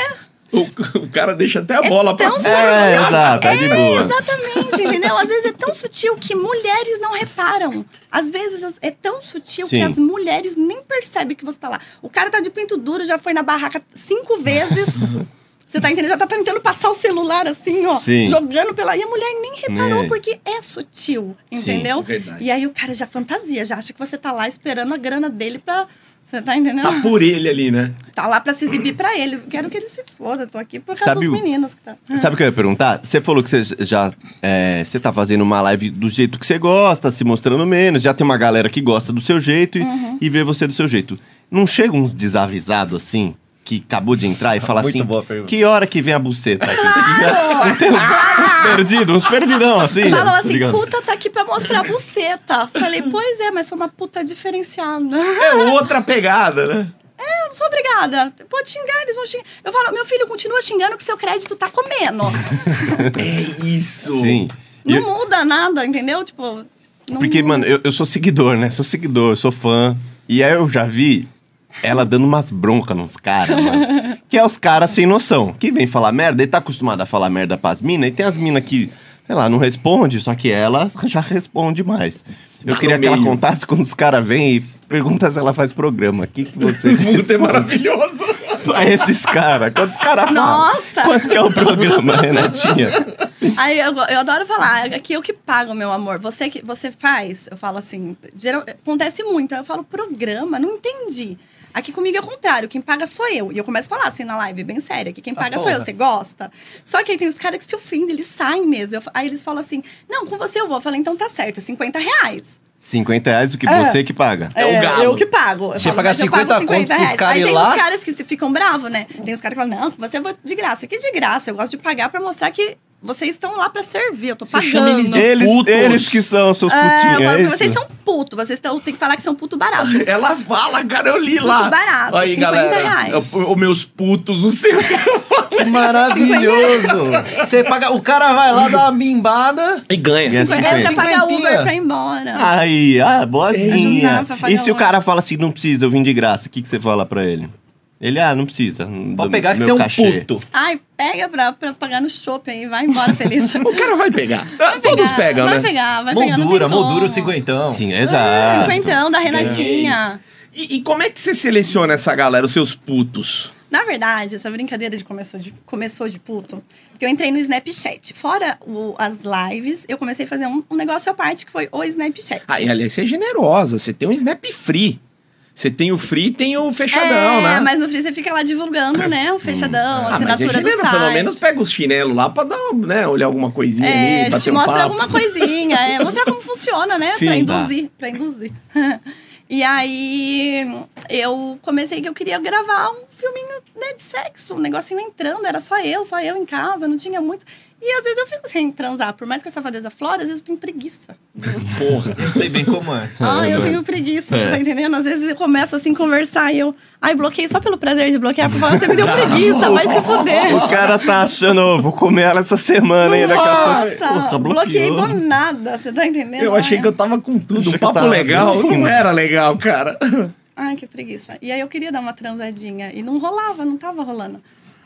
A: O, o cara deixa até a bola pra
D: tão
A: fora.
B: É,
D: sutil.
B: exato, é de boa.
D: Exatamente, entendeu? Às vezes é tão sutil que mulheres não reparam. Às vezes as- é tão sutil
B: Sim.
D: que as mulheres nem percebem que você tá lá. O cara tá de pinto duro, já foi na barraca cinco vezes. Você tá entendendo? Já tá tentando passar o celular assim, ó.
B: Sim.
D: Jogando pela. E a mulher nem reparou,
B: É.
D: porque é sutil, entendeu?
A: verdade.
D: E aí o cara já fantasia, já acha que você tá lá esperando a grana dele pra. Você tá entendendo?
A: Tá por ele ali, né?
D: Tá lá pra se exibir pra ele. Quero que ele se foda, tô aqui por causa
B: Sabe
D: dos
B: o-
D: meninos que tá.
B: Sabe o que eu ia perguntar? Você falou que você já. é, você tá fazendo uma live do jeito que você gosta, se mostrando menos. Já tem uma galera que gosta do seu jeito e,
D: Uhum.
B: e vê você do seu jeito. Não chega uns desavisados assim, que acabou de entrar e fala
C: Muito
B: assim:
C: boa pergunta.
B: Que hora que vem a buceta?
D: Claro!
B: uns perdidos, uns perdidão assim.
D: Falam
B: tá
D: assim,
B: ligado?
D: puta tá aqui pra mostrar a buceta. Falei, pois é, mas sou uma puta diferenciada.
A: É outra pegada, né?
D: Eu não sou obrigada. Pode xingar, eles vão xingar. Eu falo, meu filho, continua xingando que seu crédito tá comendo.
A: É isso.
B: Sim. E
D: Não
B: eu-
D: muda nada, entendeu? Tipo. Não
B: Porque, mano, eu, eu sou seguidor, né? Sou seguidor, sou fã. E aí eu já vi ela dando umas broncas nos caras, mano. Que é os caras sem noção. Que vem falar merda e tá acostumado a falar merda pras minas. E tem as minas que, sei lá, não responde, só que ela já responde mais. Eu
A: Tá
B: queria
A: no
B: que ela
A: meio.
B: contasse quando os caras vêm e pergunta se ela faz programa. O que, que você
A: Puta, é maravilhoso.
B: pra esses caras? Quantos caras falam?
D: Nossa!
B: Quanto que é o programa, Renatinha?
D: Aí eu, eu adoro falar, aqui eu que pago, meu amor. Você que você faz, eu falo assim, geral- acontece muito. Aí eu falo, programa, não entendi. Aqui comigo é o contrário, quem paga sou eu. E eu começo a falar assim na live, bem séria, que quem paga sou eu,
C: porra.
D: você gosta? Só que aí tem os caras que se ofendem, eles saem mesmo. Eu fa- aí eles falam assim, não, com você eu vou. Eu falo, então tá certo, é 50 reais.
B: 50 reais o que
D: É.
B: você que paga.
A: É o galo.
D: Eu que pago. Eu
C: Você
D: falo,
C: paga
D: mas eu
C: 50
D: pago
C: conto pros
D: reais.
C: cara
D: Aí
C: ir
D: tem
C: lá?
D: os caras que se ficam bravos, né? Tem os caras que falam, não, você vai de graça. Que de graça? Eu gosto de pagar pra mostrar que vocês estão lá pra servir. Eu tô pagando.
A: chama eles de
B: Eles,
A: Putos.
B: eles que são seus
D: É, eu
B: putinhos,
D: falo
B: é,
D: pra
B: isso? É,
D: vocês são puto. Vocês tão, tem que falar que são puto barato.
A: Ela fala, cara, eu li lá.
D: barato,
A: Aí,
D: 50
A: galera.
D: reais.
A: eu- Os meus putos, não sei o que.
C: Que maravilhoso! Você paga, o cara vai lá dar uma bimbada.
A: E ganha.
B: Ganha
D: Mas é pra
B: 50.
D: pagar
C: Cinquentinha.
D: Uber pra ir embora.
B: assim Aí, ah,
D: Ajudar
B: boazinha.
D: pra pagar
B: E se o
D: o-
B: cara fala assim, não precisa, eu vim de graça, o que, que você fala pra ele? Ele, ah, não precisa.
C: Pode
B: do
C: pegar que
B: meu
C: você é um
B: cachê.
C: puto.
D: Ai, pega pra, pra pagar no shopping aí. Vai embora feliz. Vai
A: O cara vai pegar. Todos
D: pegar,
A: pegam,
D: vai
A: né?
D: Pegar, vai pegar, não
C: Moldura,
D: tem como.
C: moldura o é cinquentão.
B: Sim, exato.
D: Cinquentão da Renatinha.
A: E, e como é que você seleciona essa galera, os seus putos?
D: Na verdade, essa brincadeira de começou de, começou de puto, porque eu entrei no Snapchat. Fora o- as lives, eu comecei a fazer um, um negócio à parte que foi o Snapchat.
A: Ah, e aliás, você é generosa. Você tem um Snap Free. Você tem o Free e tem o fechadão,
D: é,
A: né?
D: mas no Free você fica lá divulgando, né? O fechadão, a
A: ah, mas é
D: assinatura do
A: generosa.
D: site.
A: Pelo menos pega os chinelos lá pra dar, né, olhar alguma coisinha
D: é,
A: ali,
D: a gente
A: bater um
D: mostra
A: papo.
D: alguma coisinha, é, mostrar como funciona, né?
B: Sim,
D: pra
B: tá.
D: induzir, pra induzir. E aí, eu comecei que eu queria gravar um filminho né, de sexo, um negocinho entrando, era só eu, só eu em casa, não tinha muito. E às vezes eu fico sem transar, por mais que a safadeza flora, às vezes eu tenho preguiça.
A: Porra.
C: Eu sei bem como é.
D: Ah, eu tenho preguiça,
B: É.
D: você tá entendendo? Às vezes eu começo assim conversar e eu. Ai, bloqueio só pelo prazer de bloquear, porque falar, você me deu preguiça, vai se foder.
B: O cara tá achando, "Ô, vou comer ela essa semana, hein? Daqui a pouco.
D: Nossa,
B: Porra, tá
D: bloqueei
B: bloqueou.
D: do nada, você tá entendendo?
A: Eu achei
D: Ai,
A: que eu tava com tudo.
B: Achei que
A: Um papo
B: tava
A: legal.
B: bem.
A: Não era legal, cara.
D: Ai, que preguiça. E aí eu queria dar uma transadinha e não rolava, não tava rolando.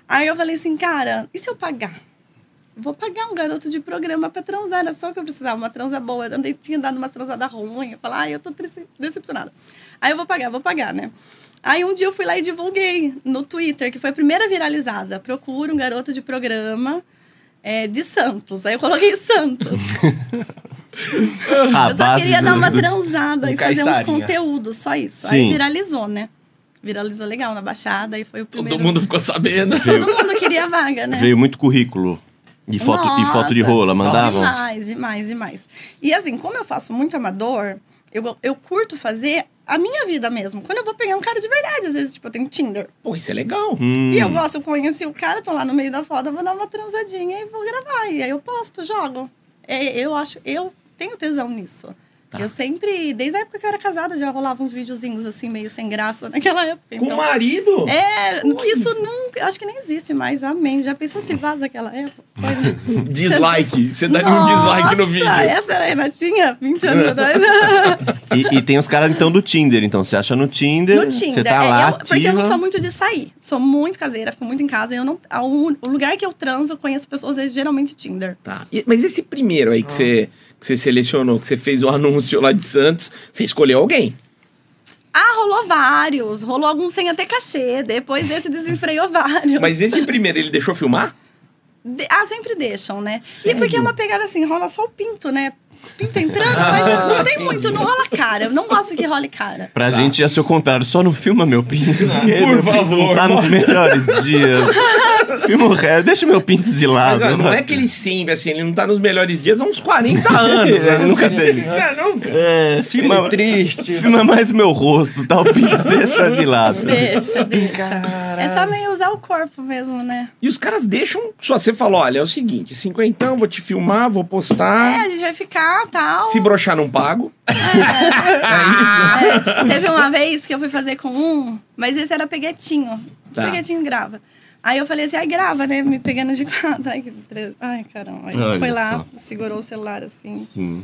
D: Aí eu falei assim, cara, e se eu pagar? Vou pagar um garoto de programa pra transar, era só o que eu precisava, uma transa boa. Eu andei, tinha dado uma transada ruim, eu falei, ai, eu tô trece- decepcionada. Aí eu vou pagar, vou pagar, né? Aí um dia eu fui lá e divulguei no Twitter, que foi a primeira viralizada. Procura um garoto de programa é, de Santos. Aí eu coloquei Santos.
B: A
D: Eu só
B: base
D: queria
B: do-
D: dar uma
B: do-
D: transada
C: do
D: e fazer uns
C: caiçarinha.
D: conteúdos, só isso.
B: Sim.
D: Aí viralizou, né? Viralizou legal na Baixada e foi o primeiro.
A: ficou sabendo.
D: Todo mundo queria vaga, né?
B: Veio muito currículo. E foto, e foto de
D: Nossa.
B: rola, mandavam.
D: Demais, demais, demais. E assim, como eu faço muito amador, eu, go- eu curto fazer a minha vida mesmo. Quando eu vou pegar um cara de verdade, às vezes, tipo, eu tenho Tinder.
A: Pô, isso é legal.
B: Hum,
D: E eu gosto, eu conheci o cara, tô lá no meio da foda, vou dar uma transadinha e vou gravar. E aí eu posto, jogo. É, eu acho, eu tenho tesão nisso.
A: Tá.
D: Eu sempre, desde a época que eu era casada, já rolava uns videozinhos assim, meio sem graça naquela época.
A: Com o marido?
D: Então- É, que isso nunca. eu Acho que nem existe mais, amém. Já pensou se vaza daquela época? Coisa.
A: Dislike. Você daria um dislike no
D: Nossa, é.
A: vídeo.
D: Essa era a Renatinha, 20 anos atrás.
B: E, e tem os caras, então, do Tinder. Então, você acha no Tinder,
D: no Tinder.
B: você tá
D: é,
B: lá
D: eu- porque eu não
B: ativa.
D: sou muito de sair. Sou muito caseira, fico muito em casa. Eu não, a un- o lugar que eu transo, eu conheço pessoas, é geralmente Tinder.
A: Tá. E- mas esse primeiro aí que você, que você selecionou, que você fez o anúncio lá de Santos, você escolheu alguém.
D: Ah, rolou vários. Rolou alguns sem até cachê. Depois desse desenfreou vários.
A: Mas esse primeiro, ele deixou filmar?
D: De- ah, sempre deixam, né? E porque é uma pegada assim, rola só o pinto, né? Pinto entrando, mas não tem muito, não rola cara. Eu não gosto que role cara.
B: Pra gente ia ser o contrário, só não filma meu pinto. porque
A: Tá. Por
B: meu pinto
A: favor,
B: Não tá nos
A: mano.
B: melhores dias. Filma o resto, deixa meu pinto de
A: Mas
B: lado.
A: ó, não é que ele sempre, assim, ele não tá nos melhores dias há uns 40 anos.
B: É,
A: né?
B: nunca
A: Assim,
B: teve.
A: é, nunca.
B: É, filma,
C: Ele triste.
A: né?
B: filma mais meu rosto, tá? O pinto deixa de lado.
D: Deixa, deixa. É só meio usar o corpo mesmo, né?
A: E os caras deixam. Só você fala: olha, é o seguinte, cinquentão, vou te filmar, vou
D: É,
A: postar.
D: a gente vai ficar tal.
A: Se broxar, não pago.
D: É, teve uma vez que eu fui fazer com um, mas esse era peguetinho.
A: Tá.
D: Peguetinho grava. Aí eu falei assim, ai, grava, né? Me pegando de quatro. Ai, que tre- ai caramba. Aí
B: Olha
D: foi lá, segurou o celular assim.
B: Sim.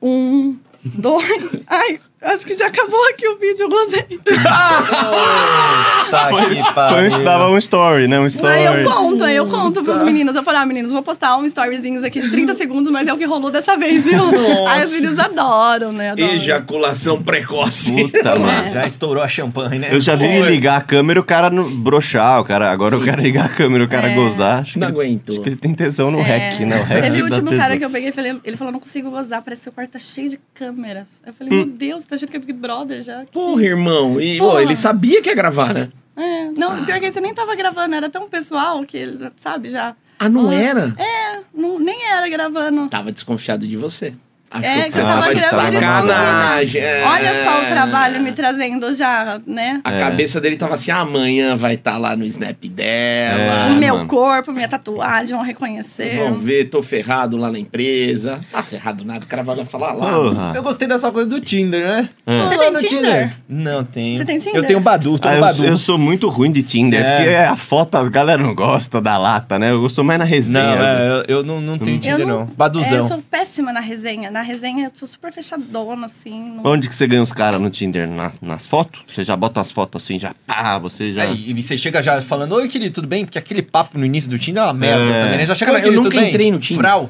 D: Um, dois. Ai, acho que já acabou aqui o vídeo, eu gozei.
C: Tá aqui,
A: Ah,
C: pá.
B: Foi um, dava um story, né? Um story.
D: Aí eu conto, aí eu conto pros
B: Tá.
D: meninos. Eu falei, ah, meninos, vou postar um storyzinhos aqui de 30 segundos, mas é o que rolou dessa vez, viu? Aí os meninos adoram, né? Adoram.
A: Ejaculação precoce.
B: Puta, mano.
C: Já estourou a champanhe, né?
B: Eu já vi
A: É, Foi.
B: ligar a câmera e o cara no, broxar, o cara. Agora o cara ligar a câmera e o cara
D: É.
B: gozar. Acho que
A: Não
B: ele-
A: aguento.
B: Acho que ele tem tesão no rec, né?
A: é
B: O rec
D: Teve o
B: dá
D: último
B: tesão.
D: cara que eu peguei, falei- ele falou, não consigo gozar, parece que seu quarto tá cheio de câmeras. Eu falei, meu Deus, tá achando que é Big Brother já? Que
A: Porra,
D: isso?
A: irmão. E, Hum. pô,
D: Porra.
A: ele sabia que ia gravar, né?
D: É, não, pior que você nem tava gravando, era tão pessoal que ele, sabe, já.
A: Ah, não
D: Ah.
A: era? Tá.
D: É, não, nem era gravando.
A: Tava desconfiado de você. Achou
D: É, que você
B: Ah,
D: tava
B: foi de
D: gravando
A: sacanagem.
D: escondida.
A: É.
D: né? Olha só o trabalho me trazendo já, né?
A: A
B: É.
A: cabeça dele tava assim, amanhã vai estar lá no snap
B: Ah,
D: O
A: dela.
D: meu
B: mano.
D: corpo, minha tatuagem, vão reconhecer.
A: Vão ver, tô ferrado lá na empresa. Tá ferrado nada, o cara vai lá falar lá.
B: Porra.
C: Eu gostei dessa coisa do Tinder, né?
D: Você
C: Vamos
D: tem
C: lá no
D: Tinder?
C: Não, tenho.
D: Você tem Tinder?
C: Eu tenho Badu, tô
B: Ah,
C: no
B: eu,
C: Badu.
B: eu sou muito ruim de Tinder,
C: É.
B: porque a foto as galera não gosta da lata, né? Eu gosto mais na resenha.
C: Não, é, eu, eu não, não tenho Tinder, não.
D: É, eu
C: Baduzão.
D: sou péssima na resenha. Na resenha eu sou super fechadona, assim. não-
B: Onde que você ganha os caras no Tinder? Na- nas fotos? Você já bota as fotos assim, já pá, você já.
C: Aí, É, e você chega já falando, oi querido, tudo bem? Porque aquele papo no início do Tinder é uma merda
B: É.
C: também, né? Já chega lá,
A: Eu
C: "Oi, querido,
A: nunca
C: tudo bem?"
A: entrei no Tinder.
C: Frau.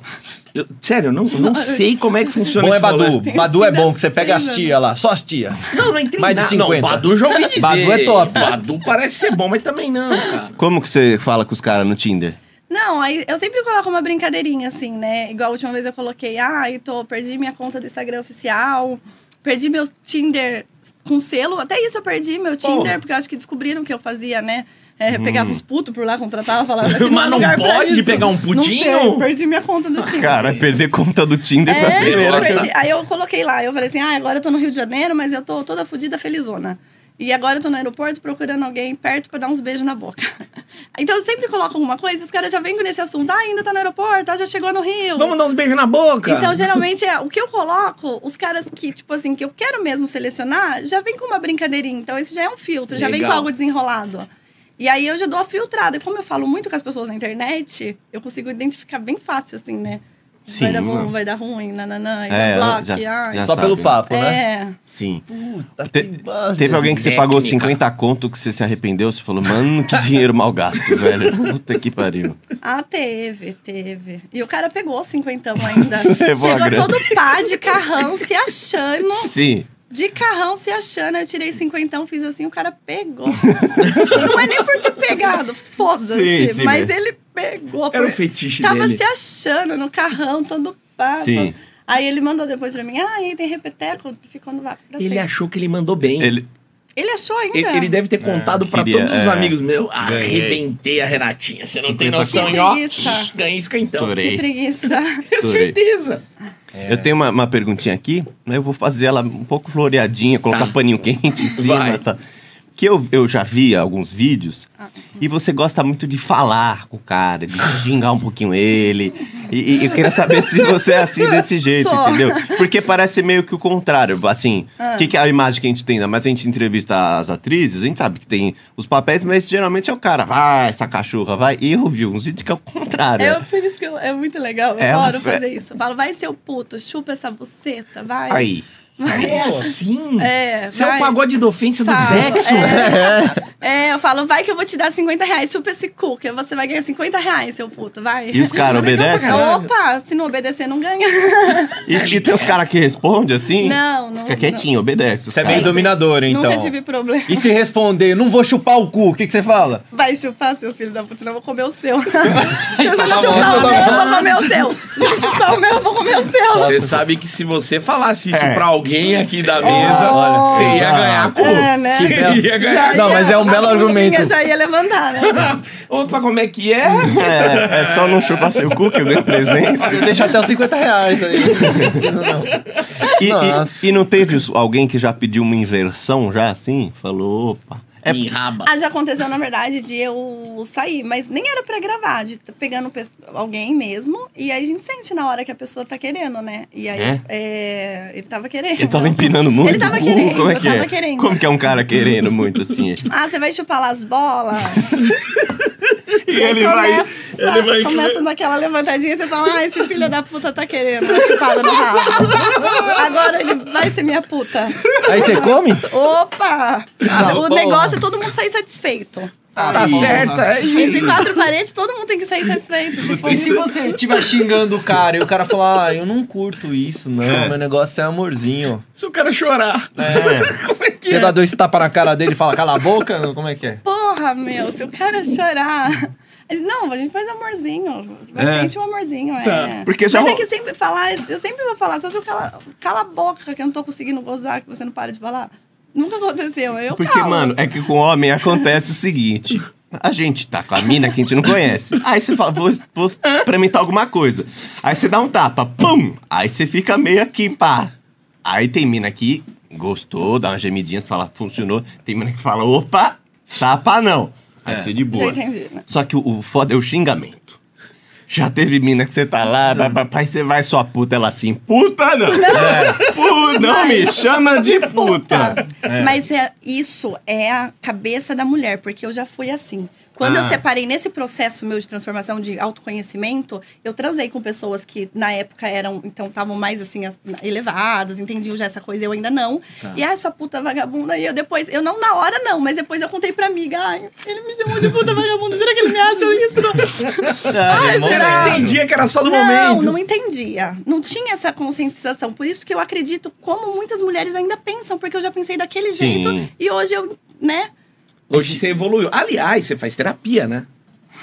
A: Eu- sério, eu não, eu não sei como é que funciona
C: Bom é
A: esse
C: Badu.
A: rolê.
C: Badu é bom, que você pega as
D: Sim,
C: tia lá, só as tia.
A: Não, não entrei
C: Mais de
A: na-
C: 50.
A: Não, Badu já ouvi dizer.
C: Badu é top.
A: Badu parece ser bom, mas também não, cara.
B: Como que você fala com os caras no Tinder?
D: Não, aí eu sempre coloco uma brincadeirinha, assim, né? Igual a última vez eu coloquei, ai, tô, perdi minha conta do Instagram oficial, perdi meu Tinder com selo. Até isso eu perdi meu Tinder, porque eu acho que descobriram que eu fazia, né? É, Pegava os putos por lá, contratava, falava. "Aqui é
A: Hum. Mas não
D: lugar pra
A: pode
D: isso."
A: pegar um
D: Não
A: putinho? Ah,
D: sei, perdi minha conta do Tinder.
B: Cara,
C: É.
B: perder conta do Tinder pra
D: É, eu
B: primeira coisa.
D: perdi. Aí eu coloquei lá, eu falei assim, ah, agora eu tô no Rio de Janeiro, mas eu tô toda fodida felizona. E agora eu tô no aeroporto procurando alguém perto pra dar uns beijos na boca. Então eu sempre coloco alguma coisa, e os caras já vêm com nesse assunto, ah, ainda tá no aeroporto, ah, já chegou no Rio.
A: Vamos dar uns beijos na boca.
D: então, geralmente, é, o que eu coloco, os caras que, tipo assim, que eu quero mesmo selecionar, já vem com uma brincadeirinha. Então, esse já é um filtro, já vem
A: Legal.
D: com algo desenrolado. E aí eu já dou a filtrada. E como eu falo muito com as pessoas na internet, eu consigo identificar bem fácil, assim, né?
B: Sim,
D: vai dar bom,
B: mano.
D: vai dar ruim, nananã, e
B: É,
D: já bloque,
B: já-
D: ai.
B: já
C: só
B: sabe.
C: pelo papo, né?
D: É.
B: Sim.
C: Puta,
B: Te-
C: que barra.
B: Teve alguém que você pagou
A: Técnica.
B: 50 conto que você se arrependeu? Você falou, mano, que dinheiro mal gasto, velho. Puta que pariu.
D: Ah, teve, teve. E o cara pegou o cinquentão ainda.
B: Levou a
D: Chegou
B: grana.
D: todo pá de carrão, se achando.
B: Sim.
D: De carrão se achando, eu tirei cinquentão, fiz assim, o cara pegou. não é nem por ter pegado,
B: Sim,
D: foda-se,
B: sim,
D: mas
B: mesmo.
D: ele pegou.
A: Era o
D: porque
A: fetiche
D: Tava
A: dele.
D: se achando no carrão, todo pato.
B: Sim.
D: Aí ele mandou depois pra mim, ah, aí tem repeteco, ficou no vácuo pra
A: Ele
D: sempre.
A: achou que ele mandou bem.
B: Ele,
D: Ele achou ainda.
A: Ele, ele deve ter contado pra
B: queria,
A: todos os
B: é.
A: amigos meu.
B: Ganhei.
A: Arrebentei a Renatinha. Você não tem
B: 50
A: noção,
D: conto.
A: hein? Ó,
D: Preguiça.
A: ganhei esquentão.
B: Estourei.
D: Que preguiça.
A: Com
B: Estourei.
A: certeza.
B: Eu tenho uma, uma perguntinha aqui, mas eu vou fazer ela um pouco floreadinha, colocar
A: Tá.
B: paninho quente em cima.
A: Vai.
B: Tá. O que, Porque eu, eu já vi alguns vídeos
D: Ah,
B: e
D: uhum.
B: você gosta muito de falar com o cara, de xingar um pouquinho ele. E, e eu queria saber se você é assim desse jeito,
D: Sou. Ah.
B: entendeu? Porque parece meio que o contrário. Assim, o que, que é a imagem que a gente tem? Ainda mais a gente entrevista as atrizes, a gente sabe que tem os papéis, mas geralmente é o cara, vai, essa cachorra, vai. E eu vi uns vídeos que é o contrário.
D: Eu, por isso que eu- é muito legal, eu
B: É,
D: adoro
B: é-
D: fazer isso. Eu falo, vai seu puto, chupa essa buceta, vai.
B: Aí.
A: É assim?
D: É,
A: Você é
D: vai.
A: o pagode da ofensa do
D: Falo,
A: sexo?
D: É, eu falo, vai que eu vou te dar 50 reais, chupa esse cu, que você vai ganhar 50 reais, seu puto, vai.
B: E os caras obedecem?
D: Opa, se não obedecer, não ganha.
B: Isso que tem os caras que respondem assim?
D: Não, não.
B: Fica quietinho, obedece. os
C: É. Você é meio
B: cara.
C: dominador, então.
D: Nunca tive problema.
C: E se responder, não vou chupar o cu, o que, que você fala?
D: Vai chupar, seu filho da puta, senão eu vou comer o seu. Se você não
C: bom,
D: chupar
C: tá
D: o meu, eu vou comer o seu. Se não chupar o meu, eu vou comer o seu.
A: Você sabe que se você falasse isso
B: É.
A: pra alguém aqui da mesa,
D: Olha,
A: você
C: sei
A: ia
C: lá.
A: ganhar cu.
D: É, né?
A: Você ia
D: Já
A: ganhar
D: ia-
A: cu.
E: Não, mas é um belo
D: a bundinha
E: argumento.
D: já ia levantar, né?
A: Opa, como é que é?
B: É, é só não chupar seu cu que eu ganho presente.
E: Deixa até os 50 reais aí. Não precisa, não.
B: E, e-
E: Nossa.
B: e não teve os- alguém que já pediu uma inversão já assim? Falou, opa. É,
A: raba.
D: Ah, já aconteceu, na verdade, de eu sair, mas nem era pra gravar, de tá pegando pe- alguém mesmo, e aí a gente sente na hora que a pessoa tá querendo, né? E aí,
B: É?
D: é, ele tava querendo.
B: ele tava empinando muito.
D: Ele tava
B: o cu,
D: querendo,
B: como é que
D: tava
B: é?
D: querendo.
B: Como que é um cara querendo muito assim?
D: Ah, você vai chupar lá as bolas?
B: e
D: E aí
B: ele vai.
D: começa,
B: ele vai-
D: Começa naquela levantadinha, você fala, ah, esse filho da puta tá querendo uma chupada no rabo. Agora ele vai ser minha puta.
E: Aí você come?
D: Opa! o
E: porra.
D: negócio é todo mundo sair satisfeito.
E: Ah,
A: Tá certo, é
D: Entre
A: isso.
D: quatro paredes, todo mundo tem que sair satisfeito. Se for
E: E se você estiver xingando o cara e o cara falar, ah, eu não curto isso, não, meu negócio é amorzinho.
A: Se o cara chorar. Como é que
E: Você
A: é?
B: tá-
E: dá dois tapas na cara dele e fala, cala a boca? Como é que é?
D: Porra, meu, se o cara chorar. Não, a gente faz amorzinho. Vai
B: É.
D: sentir um amorzinho, é.
B: porque já
D: Mas é
B: ro-
D: que sempre falar, eu sempre vou falar, só se eu cala, cala a boca que eu não tô conseguindo gozar, que você não para de falar. Nunca aconteceu, eu
B: Porque,
D: calo.
B: mano, é que com homem acontece o seguinte. A gente tá com a mina que a gente não conhece. Aí você fala, vou, vou experimentar alguma coisa. Aí você dá um tapa, pum! Aí você fica meio aqui, pá. Aí tem mina que gostou, dá uma gemidinha, você fala, funcionou. Tem mina que fala, opa, tapa não. Aí você de boa.
D: Já entendi, né?
B: Só que o, o foda é o xingamento. Já teve mina que você tá lá, papai, você vai sua puta, ela assim, puta não! Puta, não me chama de puta!
D: Mas é- isso é a cabeça da mulher, porque eu já fui assim. Quando eu
B: Ah.
D: separei nesse processo meu de transformação de autoconhecimento, eu transei com pessoas que na época eram, então estavam mais assim, as- elevadas, entendiam já essa coisa, eu ainda não.
B: Tá.
D: E ai, sua puta vagabunda. E eu depois, eu não na hora não, mas depois eu contei pra amiga, ai, ele me chamou de puta vagabunda, será que ele me acha isso?
E: Ah,
A: Você não entendia que era só do
D: Não,
A: momento.
D: não entendia. Não tinha essa conscientização. Por isso que eu acredito como muitas mulheres ainda pensam, porque eu já pensei daquele
B: Sim.
D: jeito e hoje eu, né,
A: Hoje você evoluiu. Aliás, você faz terapia, né?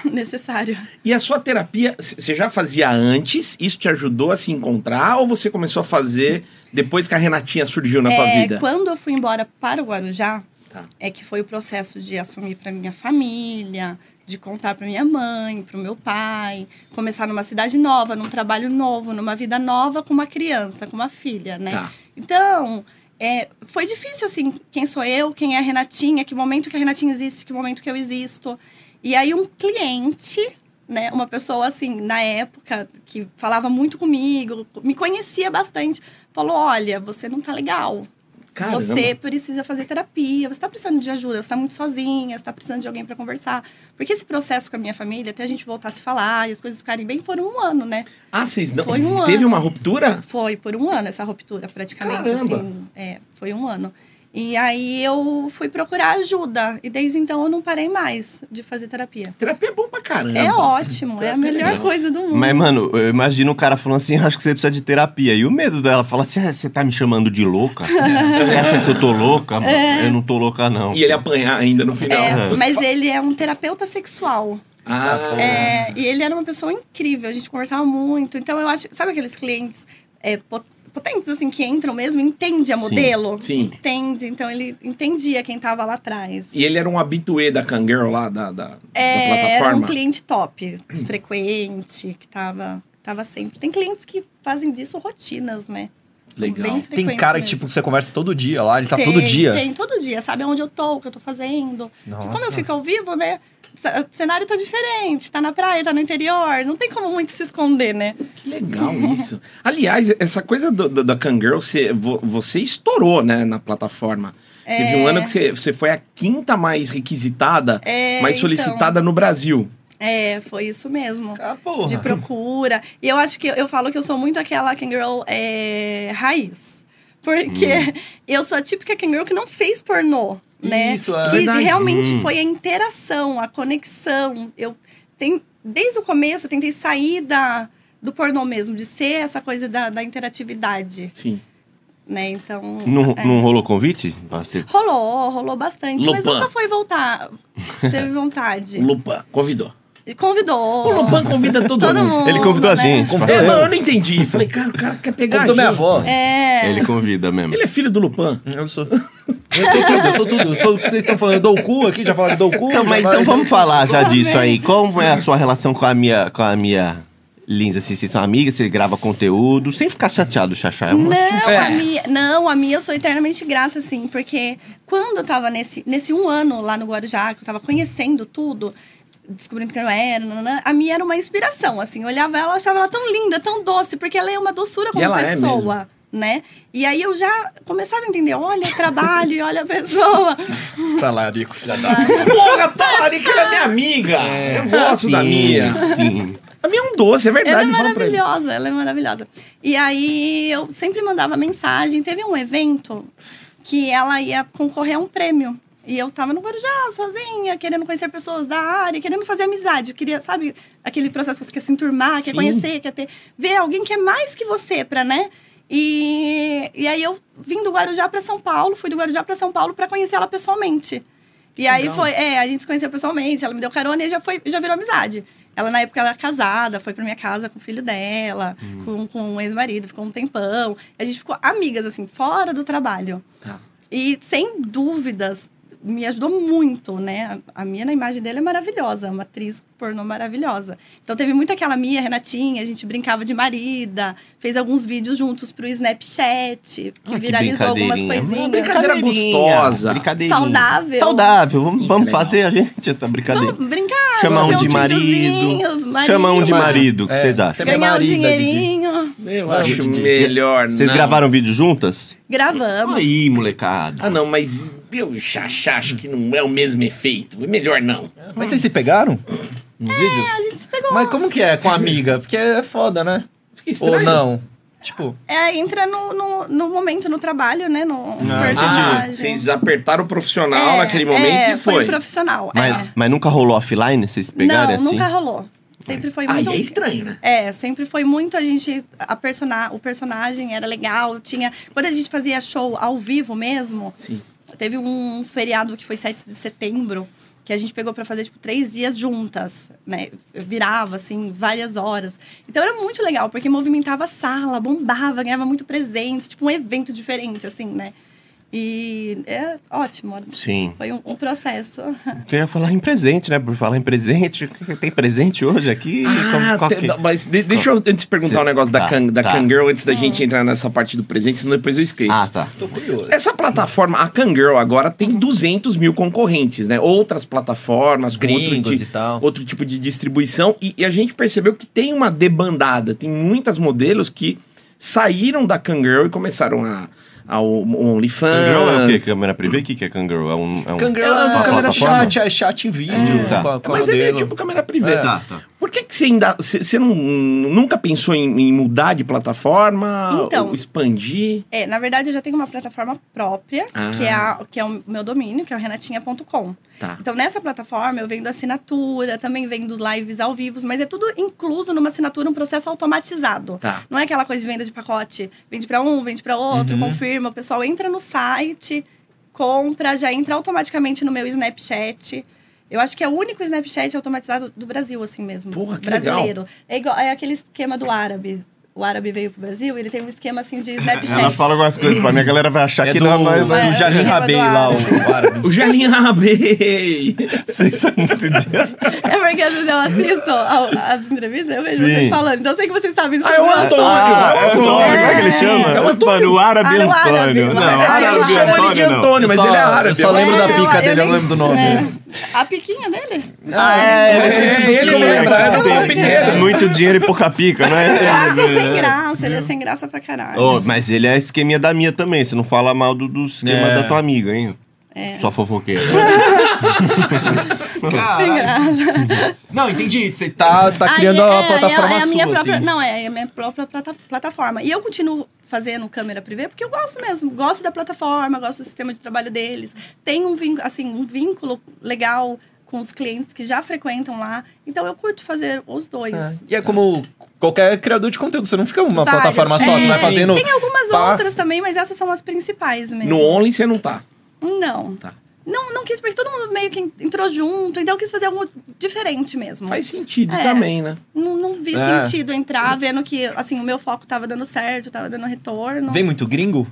D: necessário.
A: E a sua terapia, c- você já fazia antes? Isso te ajudou a se encontrar? Ou você começou a fazer depois que a Renatinha surgiu na tua
D: É,
A: vida?
D: quando eu fui embora para o Guarujá,
A: Tá.
D: é que foi o processo de assumir para minha família, de contar para minha mãe, para o meu pai, começar numa cidade nova, num trabalho novo, numa vida nova com uma criança, com uma filha, né?
A: Tá.
D: Então, é, foi difícil, assim, quem sou eu, quem é a Renatinha, que momento que a Renatinha existe, que momento que eu existo. E aí, um cliente, né, uma pessoa, assim, na época, que falava muito comigo, me conhecia bastante, falou: Olha, você não tá legal.
A: Ah, Caramba.
D: Você precisa fazer terapia, você tá precisando de ajuda, você tá muito sozinha, você tá precisando de alguém para conversar. Porque esse processo com a minha família, até a gente voltar a se falar e as coisas ficarem bem, foram um ano, né?
A: Ah, vocês não.
D: Foi um
A: teve
D: ano.
A: uma ruptura?
D: Foi por um ano essa ruptura, praticamente.
A: Caramba!
D: Assim, é, foi um ano. E aí eu fui procurar ajuda. E desde então eu não parei mais de fazer terapia.
A: Terapia é bom pra caramba.
D: É ótimo, é a melhor
A: legal.
D: coisa do mundo.
B: Mas, mano, eu imagino o cara falando assim, acho que você precisa de terapia. E o medo dela fala assim, "Ah, você tá me chamando de louca? Você acha que eu tô louca? mano? Eu não tô louca, não.
A: E ele apanhar ainda no final.
D: É, mas ele é um terapeuta sexual.
A: Ah,
D: É, e ele era uma pessoa incrível, a gente conversava muito. Então eu acho, sabe aqueles clientes é, po- potentes assim que entram mesmo, entende a modelo?
A: sim.
D: Entende, então ele entendia quem tava lá atrás.
A: E ele era um habitué da Kangirl lá, da, da, da
D: É, era um
A: plataforma.
D: cliente top, frequente, que tava, tava sempre. Tem clientes que fazem disso rotinas, né? Legal. Bem frequentes
E: Tem cara que,
D: mesmo.
E: tipo, você conversa todo dia lá, ele tá
D: Tem,
E: todo dia.
D: Tem, todo dia. Sabe onde eu tô, o que eu tô fazendo. E quando eu
E: Nossa.
D: fico ao vivo, né? c- O cenário tá diferente. Tá na praia, tá no interior. Não tem como muito se esconder, né?
A: Que legal isso. Aliás, essa coisa do- do- da Kangirl, você, vo- você estourou, né, na plataforma. Teve um ano que você, você foi a quinta mais requisitada,
D: É,
A: mais
D: então,
A: solicitada no Brasil.
D: é, foi isso mesmo.
E: Ah, porra.
D: De procura. E eu acho que eu falo que eu sou muito aquela Kangirl é, raiz. Porque
E: Hum.
D: eu sou a típica Kangirl que não fez pornô, né?
E: Isso, é
D: que
A: verdade.
D: realmente
B: Hum.
D: foi a interação, a conexão. Eu tem, desde o começo eu tentei sair da, do pornô mesmo, de ser essa coisa da, da interatividade,
A: Sim.
D: né? Então.
B: Não,
D: é.
B: não rolou convite? Pra você-
D: Rolou, rolou bastante, mas
A: Lupan.
D: nunca foi voltar. Teve vontade.
A: O Lupan convidou.
D: E Convidou.
A: O Lupan convida todo,
D: Todo
A: mundo.
D: mundo.
B: Ele convidou a
D: né?
B: gente.
A: Convidou
B: pra-
A: eu, não, eu não entendi. Falei, cara, o cara quer pegar
E: Convidou
A: a
E: minha
A: gente.
E: avó.
D: É.
B: Ele convida mesmo.
A: Ele é filho do Lupan.
E: Eu sou. Eu sou tudo, eu sou tudo. Eu sou o que vocês estão falando. Eu dou o cu aqui, já falaram que dou o cu.
B: Então,
E: já
B: mas então
E: falaram-
B: vamos falar já
D: Tudo
B: disso
D: bem.
B: aí. Como é a sua relação com a minha, com a minha Lindsay? Assim, vocês são amigas, você grava conteúdo, sem ficar chateado, Xaxá. É uma-
D: Não, a Mia, não, a Mia eu sou eternamente grata, assim, porque quando eu tava nesse, nesse um ano lá no Guarujá, que eu tava conhecendo tudo, descobrindo quem eu era, nananã, a Mia era uma inspiração, assim, eu olhava ela, eu achava ela tão linda, tão doce, porque ela é uma doçura como
A: ela é
D: pessoa. né? E aí eu já começava a entender, olha o trabalho, e olha a pessoa.
E: Talarico, Tá filha da.
A: Porra, Talarica é minha amiga. Eu gosto da
B: Sim,
A: minha.
B: Sim.
A: A minha é um doce, é
D: Ela é
A: verdade. fala pra ele.
D: maravilhosa, ela é maravilhosa. E aí eu sempre mandava mensagem. Teve um evento que ela ia concorrer a um prêmio. E eu tava no Guarujá, sozinha, querendo conhecer pessoas da área, querendo fazer amizade. Eu queria, sabe, aquele processo que você quer se enturmar, quer
A: Sim.
D: conhecer, quer ter. Ver alguém que é mais que você, pra, né? E, e aí eu vim do Guarujá pra São Paulo, fui do Guarujá pra São Paulo pra conhecer ela pessoalmente. E aí foi, é, a gente se conheceu pessoalmente, ela me deu carona e já foi, já virou amizade. Ela, na época, ela era casada, foi pra minha casa com o filho dela, com, com um ex-marido, ficou um tempão. A gente ficou amigas, assim, fora do trabalho.
A: Tá.
D: E, sem dúvidas, me ajudou muito, né? A a Mia, na imagem dela, é maravilhosa, é uma atriz pornô maravilhosa. Então, teve muito aquela Mia, Renatinha, a gente brincava de marida, fez alguns vídeos juntos pro Snapchat, que
B: Ah,
D: viralizou algumas
B: brincadeirinha. Uma
D: coisinhas.
A: brincadeira gostosa.
B: Brincadeirinha.
D: Saudável.
B: Saudável. Vamos,
A: Isso
B: vamos
A: é legal.
B: fazer a gente essa brincadeira.
D: Vamos brincar.
B: Chamar um de
D: fazer uns videozinhos,
B: marido. Chamar um de marido, o que
E: É.
B: vocês acham?
E: Minha
D: Ganhar um
E: marida,
D: dinheirinho.
A: Eu
E: Ah,
A: acho
E: Didi.
A: melhor
B: Vocês
A: não.
B: gravaram vídeo juntas?
D: Gravamos.
B: Aí, molecada.
A: Ah, não, mas eu xaxá, acho que não é o mesmo efeito. É melhor não.
E: Mas vocês se pegaram? Nos vídeos?
D: É, A gente se pegou.
E: Mas como que é com a amiga? Porque é foda, né?
A: Fica estranho.
E: Ou não? Tipo,
D: É, entra no, no, no momento no trabalho, né? No no
A: Ah,
D: personagem.
A: vocês apertaram o profissional
D: É,
A: naquele momento
D: é,
A: e foi.
D: profissional.
B: Mas,
D: é.
B: mas nunca rolou offline? Vocês
D: Não,
B: pegaram assim?
D: nunca rolou. Sempre foi
A: Aí
D: muito.
A: é estranho, né?
D: É, sempre foi muito a gente. A persona, o personagem era legal. Tinha. Quando a gente fazia show ao vivo mesmo,
A: Sim.
D: Teve um feriado que foi 7 de setembro, que a gente pegou pra fazer, tipo, três dias juntas, né? Eu virava, assim, várias horas. Então era muito legal, porque movimentava a sala, bombava, ganhava muito presente, tipo, um evento diferente, assim, né? E é ótimo.
B: assim? Sim.
D: Foi um, um processo.
B: Eu queria falar em presente, né? Por falar em presente, tem presente hoje aqui?
A: Ah,
B: Como- qual
A: te-
B: que- é?
A: mas de- deixa eu antes perguntar
B: Cê-
A: um negócio da,
B: tá,
A: can, da
B: tá.
A: Kangirl antes
D: Hum.
A: da gente entrar nessa parte do presente, senão depois eu esqueço.
B: Ah, tá.
E: tô curioso.
A: Essa plataforma, a Kangirl agora tem 200 mil concorrentes, né? Outras plataformas com outro,
E: Gringos
A: ti-
E: e tal.
A: outro tipo de distribuição. E, e a gente percebeu que tem uma debandada. Tem muitas modelos que saíram da Kangirl e começaram a, a o- o OnlyFans.
B: Kangaroo é o quê? Câmera privê? O que, que é Kangaroo? É um. É um...
E: Kangaroo
B: uma
E: é uma câmera
B: plataforma?
E: chat, é chat em vídeo.
B: Tá.
E: Com a, com a
A: Mas é meio
E: modelo.
A: tipo câmera privê.
E: É.
B: Tá, tá.
A: Por que que você ainda... Você você não, nunca pensou em, em mudar de plataforma?
D: Então.
A: Ou expandir?
D: É, na verdade, eu já tenho uma plataforma própria,
A: Ah.
D: que, é a- que é o meu domínio, que é o renatinha.com.
A: Tá.
D: Então, nessa plataforma, eu vendo assinatura, também vendo lives ao vivo, mas é tudo incluso numa assinatura, um processo automatizado.
A: Tá. Uhum.
D: Não é aquela coisa de venda de pacote. Vende pra um, vende pra outro, confirma. O pessoal entra no site, compra, já entra automaticamente no meu Snapchat. Eu acho que é o único Snapchat automatizado do Brasil, assim mesmo.
A: Porra, que
D: brasileiro. É, igual, é aquele esquema do árabe. o árabe veio pro Brasil, ele tem um esquema assim de
B: Ela
D: Snapchat.
B: fala algumas coisas pra mim, a galera vai achar
E: É
B: que
E: do,
B: não vai.
D: não é-
E: do Jalim
D: é do
E: Rabei lá, o árabe.
A: O Jalim Rabei!
B: Vocês são muito idiotas.
D: É porque às vezes eu assisto ao- as entrevistas, eu vejo
B: Sim.
D: vocês falando. Então eu sei que vocês sabem disso.
A: Ah, é o Antônio!
B: Ah, é o
A: é o
B: Antônio, como é que ele chama?
A: É o Antônio.
B: Mano, o árabe
D: Ah, é o árabe.
B: Antônio. Não,
D: Ah,
A: Ah,
D: eu
A: eles
B: árabe
A: chamam ele de
B: Antônio não.
A: Antônio, mas
E: Eu só-
A: ele é árabe.
E: eu só lembro
A: É,
E: da pica dele, eu
D: nem-
E: lembro do nome.
D: É. A piquinha dele?
E: Ah,
A: É, ele lembra, é do
B: Tem-
A: Paulo Pinheiro.
B: Muito dinheiro e pouca pica, não
D: Ah,
B: é?
D: tá sem graça, ele é sem graça pra caralho.
B: Ô, mas ele é esqueminha da minha também. Você não fala mal do, do esquema
E: É.
B: da tua amiga, hein?
D: É.
B: Só fofoqueira.
D: Sem graça.
E: Não, entendi. Você tá, tá
D: Aí
E: criando
D: é-
E: a plataforma
D: é, é a minha
E: sua,
D: própria,
E: assim.
D: Não, é a minha própria plata- plataforma. E eu continuo fazendo câmera privê porque eu gosto mesmo. Gosto da plataforma, gosto do sistema de trabalho deles. Tem um, vínculo, assim, um vínculo legal com os clientes que já frequentam lá. Então eu curto fazer os dois.
E: É. E é como qualquer criador de conteúto, você não fica uma
D: Várias.
E: plataforma só, você
D: É,
E: vai fazendo...
D: Tem algumas
E: pá.
D: outras também, mas essas são as principais mesmo.
A: No Only você não tá.
D: Não.
A: Tá.
D: Não, não quis, porque todo mundo meio que entrou junto, então eu quis fazer algo diferente mesmo.
A: Faz sentido
D: É.
A: também, né?
D: Não, não vi
E: É.
D: sentido entrar, vendo que, assim, o meu foco tava dando certo, tava dando retorno.
E: Vem muito gringo?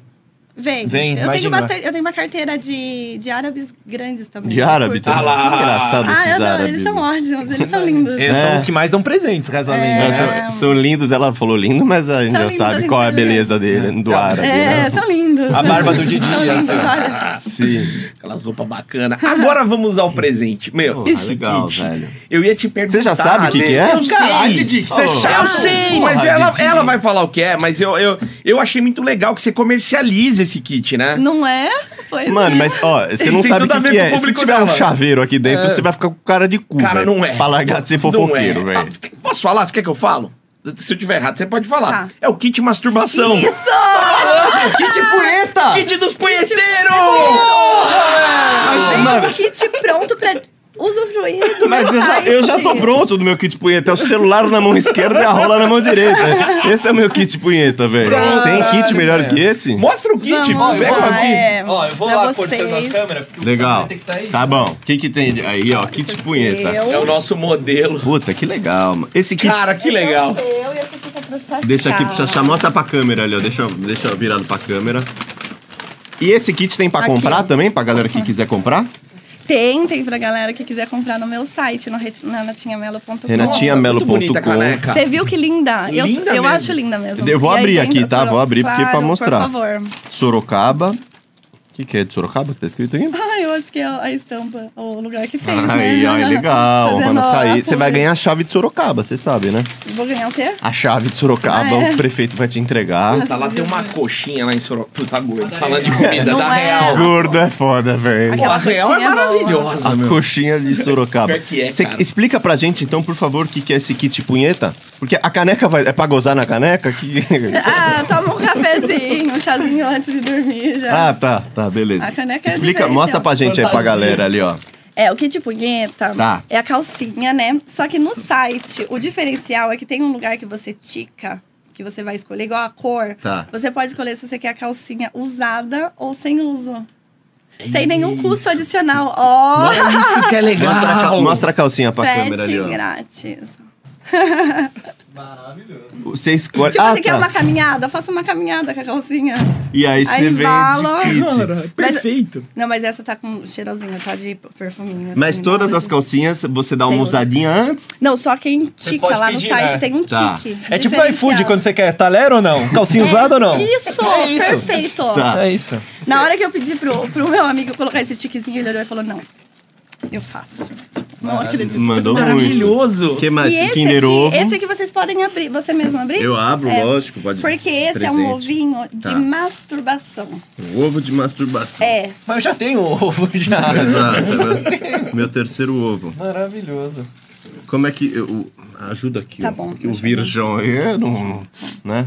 D: Vem.
E: Vem,
D: eu, tenho
E: imagina.
D: bastante, eu tenho uma carteira de, de árabes grandes também.
B: De árabe
D: tá?
B: também.
A: lá.
B: Que engraçado
D: Ah, eu
B: esses
D: adoro,
B: árabes. né?
D: eles são ótimos, eles são lindos.
E: Eles
B: É.
E: são os que mais dão presentes, caso a
B: Não,
E: lenda.
B: são,
E: né?
B: são lindos, ela falou lindo, mas a gente
D: É,
B: já
D: um- São lindos,
B: sabe
D: assim,
B: qual é a
D: são
B: beleza dele, do árabe. né?
D: É, são lindos.
E: A barba do Didi,
D: São lindos,
E: essa.
D: olha.
B: Sim.
A: Aquelas roupas bacanas. Agora vamos ao presente. Meu,
B: Porra,
A: esse
B: legal,
A: kit.
B: velho.
A: Eu ia te perguntar.
B: Você já sabe o que que é?
A: Eu sei.
E: Caralho, Didi, que você é
A: Eu
E: chato.
A: sei,
B: Porra,
A: mas ela,
B: Didi.
A: ela vai falar o que é. Mas eu, eu, eu achei muito legal que você comercializa esse kit, né?
D: Não é? Foi
B: Mano, mas ó, você não
A: Tem
B: sabe o
A: tudo a
B: que,
A: ver
B: que
A: com o
B: é. Se
A: público
B: tiver um
A: dela. É.
B: chaveiro aqui dentro, você vai ficar com cara de cu.
A: Cara,
B: velho,
A: não é.
B: Pra largar de ser fofoqueiro,
A: Não é. Ah,
B: velho.
A: você- posso falar? Você quer que eu falo? Se eu tiver errado, você pode falar.
D: Tá.
A: É o kit masturbação. É
E: Ah. Kit punheta!
A: Kit dos punheteiros!
D: Gente,
B: Ah, mano.
D: um kit pronto pra usufruir do
B: Mas
D: meu
B: eu já,
D: site.
B: eu já tô pronto do meu kit punheta. É o celular na mão esquerda e a rola na mão direita. Esse é o meu kit punheta, velho. Tem kit melhor que esse?
A: Mostra o kit,
D: Vamos,
A: pô, pega
D: vamos,
A: o kit.
D: é,
E: Ó, eu vou
D: pra
E: lá
D: vocês.
E: cortando a câmera. porque o
B: Legal.
E: pessoal vai ter que sair.
B: Tá bom. O que que tem de- aí, ó? Kit punheta.
A: É o nosso modelo.
B: Puta, que legal, mano. Esse kit.
A: Cara, que legal.
D: Eu e essa fica pro Xaxá.
B: Deixa aqui pro Xaxá, mostra pra câmera ali, ó. Deixa, eu- deixa eu virado pra câmera. E esse kit tem pra
D: Aqui.
B: comprar também, pra galera que quiser comprar?
D: Tem, tem pra galera que quiser comprar no meu site, no re- na renatinhamelo.com.
B: Renatinha-
A: Nossa, muito bonita a
B: melo.com.
A: caneca.
D: Você viu que linda? Eu-
A: Linda
D: eu
A: mesmo.
D: acho linda mesmo.
B: Eu vou
D: E aí
B: abrir
D: dentro-
B: aqui, tá? Vou abrir porque é pra
D: Claro,
B: mostrar.
D: Por favor.
B: Sorocaba. O que, que é de Sorocaba? Tá escrito aí?
D: Ah, eu acho que é a estampa, o lugar que fez,
B: Aí,
D: né?
B: ó, é legal.
D: Fazendo
B: Manas
D: a-
B: Raí. Você vai
D: a-
B: ganhar a chave de Sorocaba, você sabe, né?
D: Vou ganhar o quê?
B: A chave de Sorocaba,
D: Ah, é?
B: o prefeito vai te entregar.
A: Tá lá, tem uma coxinha lá em Sorocaba. Puta gordo, falando de comida,
D: Não
A: da
D: é.
A: real.
B: Gordo é foda, velho.
D: Aquela-
A: Pô, a real é
D: coxinha é boa.
A: maravilhosa,
B: A
A: meu.
B: coxinha de Sorocaba.
A: Pior que é,
B: Cê
A: cara.
B: explica pra gente, então, por favor, o que, que é esse kit punheta? Porque a caneca vai. É pra gozar na caneca? Que...
D: Ah, toma um cafezinho, um chazinho antes de dormir já.
B: ah, tá, tá, beleza.
D: A caneca é
B: Explica,
D: diferente,
B: mostra
D: ó.
B: pra gente aí, pra galera ali, ó.
D: É, o kit punheta
B: Tá.
D: é a calcinha, né? Só que no site, o diferencial é que tem um lugar que você tica, que você vai escolher igual a cor.
B: Tá.
D: Você pode escolher se você quer a calcinha usada ou sem uso. Sem nenhum custo adicional. Ó,
A: Isso que é legal.
B: Mostra, a, cal- mostra a calcinha pra câmera ali,
D: pet
B: ó.
D: grátis.
B: Você escolhe.
D: Tipo,
B: ah,
D: você quer
B: tá.
D: uma caminhada? Faça uma caminhada com a calcinha.
B: E aí você
D: Aí
B: vende
D: vala.
B: kit.
A: Cara, perfeito.
D: Não, mas essa tá com cheirosinho, tá de perfuminho.
B: Mas
D: assim.
B: todas as calcinhas você dá
D: Sem
B: uma
D: uso.
B: usadinha antes.
D: Não, só quem tica
E: pode
D: lá
E: pedir,
D: no site
E: né?
D: tem um
B: Tá.
D: tique.
E: É tipo no iFood, quando você quer talher ou não? Calcinha usada ou não?
D: É Isso,
E: É isso.
D: perfeito.
B: Tá.
E: É isso.
D: Na hora que eu pedi pro, pro meu amigo colocar esse tiquezinho, ele olhou e falou: Não, eu faço. Não acredito.
B: Mandou muito.
A: Maravilhoso.
B: O que mais?
D: é E esse
B: Kinder
D: aqui,
B: Ovo.
D: esse aqui vocês podem abrir. Você mesmo abrir?
B: Eu abro,
D: É,
B: lógico, pode
D: Porque esse é um
B: presente.
D: ovinho de
B: Tá.
D: masturbação.
B: Um ovo de masturbação.
D: É.
E: Mas eu já tenho um ovo, já.
B: Exato, né? Meu terceiro ovo.
E: Maravilhoso.
B: Como é que. Eu, ajuda aqui,
D: Tá
B: ó,
D: bom,
B: Porque o
D: deixa eu
B: virgão aí é não. Né?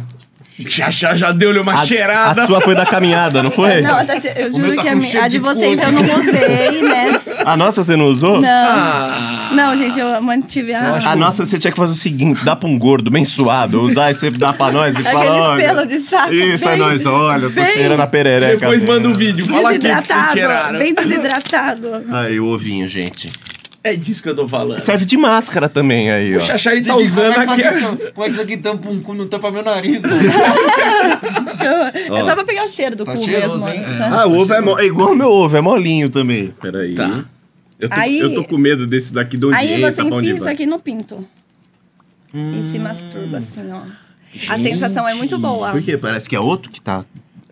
A: Já, já, já deu-lhe uma cheirada.
B: a sua foi da caminhada, não foi?
D: Não, tá che- eu juro
B: meu tá
D: que a,
B: com
D: mi-
B: cheiro
D: a de
B: de
D: vocês
B: couro.
D: eu não usei, né?
B: A nossa você não usou?
D: Não.
B: Tá.
A: Ah,
D: Não, gente, eu mantive a.
B: A nossa você tinha que fazer o seguinte: dá pra um gordo bem suado, usar e você dá pra nós e fala.
D: Aqueles
B: olha,
D: pelos de saco.
B: Isso, é
D: bem
B: nóis, olha, tô
D: bem
B: cheirando a perereca. né?"
A: depois
B: velho.
A: manda um vídeo. Fala aqui o que vocês
D: Desidratado.
A: cheiraram.
D: Bem desidratado.
B: Aí, o ovinho, gente.
A: É disso que eu tô falando.
B: Serve de máscara também
A: O
B: aí, ó.
A: Xaxá, ele tá usando aqui.
E: Como é que isso aqui tampa um cu, não tampa meu nariz?
D: É só pra pegar o cheiro do
E: Tá
D: cu
E: cheiroso,
D: mesmo. né?
E: hein?
D: sabe?
B: Ah, o ovo é, mo- é igual o meu ovo, é molinho também. Peraí.
A: Tá.
B: Eu tô,
D: Aí-
B: eu tô com medo desse daqui do tá
D: Aí
B: jeito,
D: você
B: pra onde
D: enfia isso
B: vai. Hum.
D: aqui no pinto. E se masturba assim, ó. A sensação é muito boa.
B: Por quê? Parece que é outro que tá.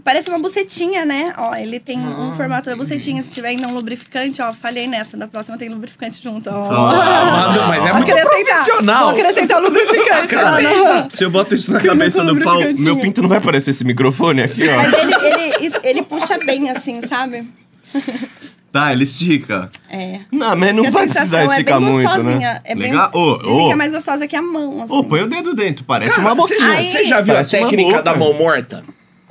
D: Parece uma bucetinha, né? Ó, ele tem
B: Ah,
D: um formato da bucetinha. Se tiver ainda um lubrificante, ó, falhei nessa. Da próxima tem lubrificante junto, ó.
A: Ah, não, mas é
D: Vou
A: muito
D: acrescentar.
A: profissional.
D: Vou acrescentar o lubrificante. lá no-
B: Se eu boto isso na cabeça do
D: lembro
B: pau,
D: direitinho.
B: meu pinto não vai aparecer esse microfone aqui,
D: Mas
B: ó.
D: ele, ele, ele puxa bem assim, sabe?
B: tá, ele estica.
D: É.
B: Não, mas não
D: Porque a
B: vai
D: sensação
B: precisar esticar
D: é bem
B: muito,
D: gostosinha,
B: né?
D: É bem,
B: Legal? Ô,
D: dizem que
B: ô.
D: é mais gostosa que a mão, assim.
B: Ô, põe o dedo dentro, parece
A: Cara,
B: uma
A: você,
B: boquinha.
A: já,
D: Aí-
A: você já viu a
B: Parece uma
A: técnica
B: boca.
A: da mão morta?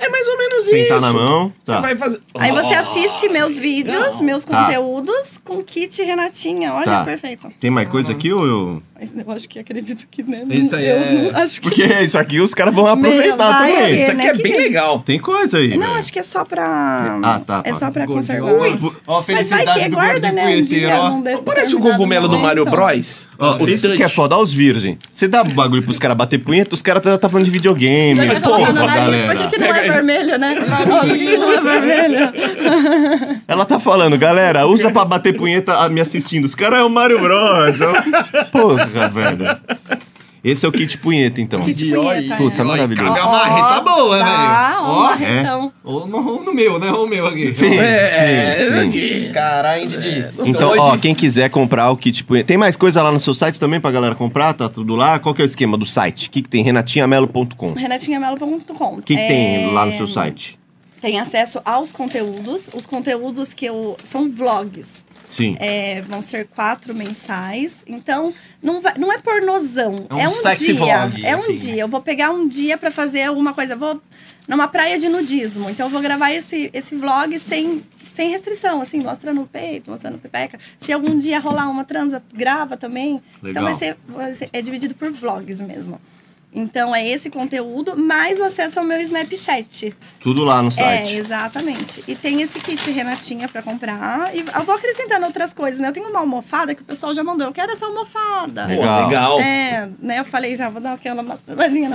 A: É mais ou menos isso.
B: Sentar na mão, tá.
A: Você vai fazer.
D: Aí você assiste meus vídeos, meus
B: Tá.
D: conteúdos com kit Renatinha. Olha,
B: Tá.
D: perfeito.
B: Tem mais coisa aqui ou eu...
D: Mas eu acho que acredito que, né?
E: Isso aí
D: eu
E: é-
D: não- acho que.
B: Porque isso aqui os caras vão aproveitar
D: vai
B: também.
D: haver,
B: Isso
A: Isso
B: aqui-
A: aqui
D: né?
A: é
D: Que
A: bem
D: que-
A: legal.
B: Tem coisa aí.
D: Não,
B: velho.
D: acho que é só pra.
B: Ah, tá,
D: É
B: tá.
D: só pra
E: Gordinho.
D: conservar.
E: Ui, Ó, a
D: Mas vai que
E: felicidade do
D: guarda,
E: gordinho
D: né? Um
E: punheteiro,
D: dia
E: ó.
D: não deve-
A: Não Parece o
D: determinado
A: cogumelo do
D: momento.
A: Mario Bros.
B: Ó, isso que é foda, olha os virgem. Você dá bagulho pros caras bater punheta, os caras já tá falando de videogame.
D: Já que
B: Porra,
D: colocar no nariz, por
B: galera.
D: que, que não é vermelho, né? Ó, Por que, que não é vermelho?
B: Ela tá falando, galera, usa pra bater punheta ah, me assistindo. Os caras é o Mario Bros. é o- Porra, velho. Esse é o kit punheta, então.
D: Kit
E: De ó,
D: punheta,
B: Puta,
D: é.
B: maravilhoso. É.
E: Ó, marreta boa,
D: tá, então.
E: velho.
D: Ó,
E: Ó, é.
D: marretão.
E: Ou no, ou no meu, né? Ou o meu aqui.
B: Sim, sim,
A: É,
B: sim.
A: sim.
E: Caralho, Didi.
B: Então, ó, quem quiser comprar o kit punheta. Tem mais coisa lá no seu site também pra galera comprar? Tá tudo lá? Qual que é o esquema do site? O que, que tem? renatinhamelo.com. O
D: renatinhamelo.com. O
B: que, que tem
D: É,
B: lá no seu site?
D: Tem acesso aos conteúdos. Os conteúdos que eu... São vlogs.
B: Sim.
D: É, vão ser quatro mensais. Então, não, vai- não é pornozão.
E: É um
D: É um,
E: sexy
D: dia.
E: vlog,
D: é um
E: assim.
D: dia. Eu vou pegar um dia pra fazer alguma coisa. Eu Vou numa praia de nudismo. Então, eu vou gravar esse, esse vlog sem, sem restrição, assim, mostrando o peito, mostrando pepeca. Se algum dia rolar uma transa, grava também.
B: Legal.
D: Então, vai ser, vai ser- é dividido por vlogs mesmo. Então, é esse conteúdo, mais o acesso ao meu Snapchat.
B: Tudo lá no
D: É,
B: site.
D: exatamente. E tem esse kit Renatinha pra comprar. E eu vou acrescentando outras coisas, né? Eu tenho uma almofada que o pessoal já mandou. Eu quero essa almofada.
A: Pô,
B: Legal.
A: legal.
D: É, né? Eu falei, já vou dar aquela masturbadinha na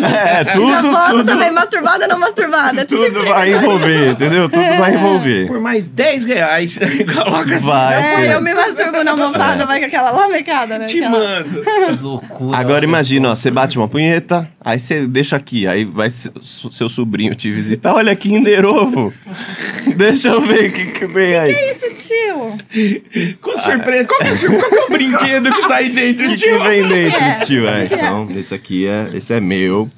B: É,
D: Na
B: tudo,
D: foto
B: tudo.
D: também, masturbada, não masturbada. é Tudo,
B: Tudo vai envolver, entendeu? Tudo vai envolver.
A: Por mais 10 reais, coloca assim.
B: Vai.
D: É, eu me masturbo na
B: É.
D: almofada, vai com aquela lamecada, né?
A: Te
D: Aquela-
A: mando.
E: Que loucura.
B: Agora imagina, ó, você bate uma punheta, aí você deixa aqui, aí vai se- su- seu sobrinho te visitar. Olha que Kinder Ovo. Deixa eu ver o que, que tem aí.
D: Esse tio.
A: Com surpresa. Qual que é, a sur- qual que é o brinquedo que tá aí dentro?
B: O que, que vem dentro, tio? É,
D: O que é?
B: então, esse aqui é, esse é meu.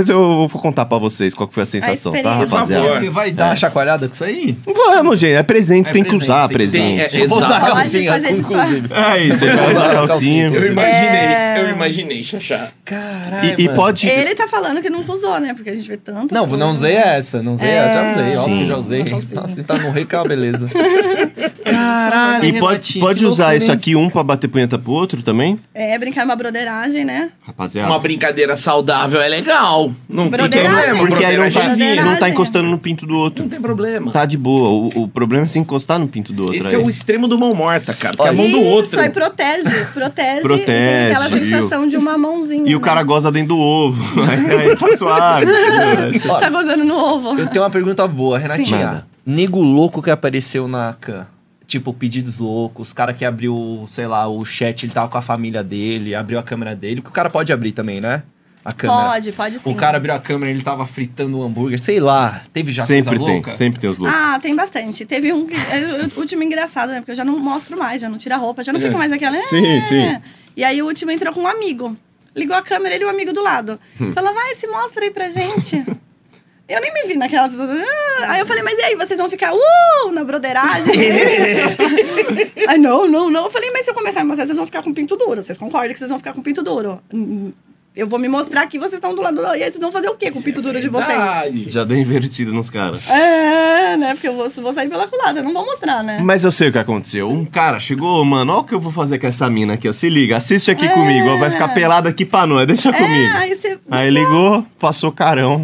B: Depois eu vou contar pra vocês qual que foi a sensação, tá,
D: experiência.
B: rapaziada?
E: Você vai dar uma chacoalhada com isso aí?
B: Vamos, gente, é presente,
E: É
B: tem que
E: presente,
B: usar
E: tem que-
A: Tem, é,
B: presente.
E: Vou usar
A: exato.
D: Pode
E: calcinha,
D: fazer
E: inclusive.
B: É isso, ele vai usar calcinha.
A: Eu imaginei,
D: É.
A: eu imaginei, Xaxá.
E: Caralho,
B: E, e pode...
D: Ele tá falando que nunca usou, né? Porque a gente vê tanto.
E: Não, não usei essa, não usei essa,
D: É.
E: já usei, óbvio que já usei.
D: Uma calcinha.
E: Nossa, tá no rei que é uma beleza.
D: Caralho,
B: E pode, pode
D: né?
B: usar isso aqui um pra bater punheta pro outro também?
D: É, brincar uma broderagem, né?
B: Rapaziada.
A: Uma brincadeira saudável é legal. Não tem
D: Broderagem.
A: problema. um
B: Porque aí não tá,
A: broderagem.
B: não tá encostando no pinto do
A: Não
B: outro.
A: tem problema.
B: Tá de boa. O, o problema é se encostar no pinto do outro.
A: Esse
B: aí.
A: é o extremo do mão morta, cara. Porque é a mão do
D: Isso,
A: outro.
D: aí protege, protege.
B: um Protege,
D: tem aquela
B: viu?
D: sensação de uma mãozinha.
B: E o
D: né?
B: cara goza dentro do ovo. aí tá suave. entendeu?
E: Ó,
D: tá gozando no ovo.
E: eu tenho uma pergunta boa, Renatinha.
B: Manda.
E: Nego louco que apareceu na can. Tipo, pedidos loucos, cara que abriu, sei lá, o chat, ele tava com a família dele, abriu a câmera dele, porque o cara pode abrir também, né? A câmera.
D: Pode, pode sim.
E: O cara abriu a câmera, ele tava fritando um hambúrguer, sei lá, teve já
B: sempre
E: coisa
B: tem.
E: louca?
B: Sempre tem os loucos.
D: Ah, tem bastante. Teve um. é, O último engraçado, né? Porque eu já não mostro mais, já não tiro a roupa, já não fico mais naquela. "É".
B: Sim, sim.
D: E aí o último entrou com um amigo. Ligou a câmera, ele e o amigo do lado.
B: Hum.
D: Falou, vai, se mostra aí pra gente. Eu nem me vi naquela. "Ah". Aí eu falei, mas e aí, vocês vão ficar uh, na broderagem? Aí, não, não, não. Eu falei, mas se eu começar a me mostrar, vocês vão ficar com pinto duro. Vocês concordam que vocês vão ficar com pinto duro? Hum, Eu vou me mostrar que vocês estão do lado. do- E aí vocês vão fazer o quê com o pinto duro de vocês?
A: Verdade.
B: Já deu invertido nos caras.
D: É, né? Porque eu vou, se vou sair pela culada, eu não vou mostrar, né?
B: Mas eu sei o que aconteceu. Um cara chegou, mano, olha o que eu vou fazer com essa mina aqui, ó. Se liga, assiste aqui comigo, ó. Vai ficar pelada aqui pra nós,
A: tá
B: deixa
D: É,
B: comigo.
D: aí você.
B: É. Aí ligou, passou carão.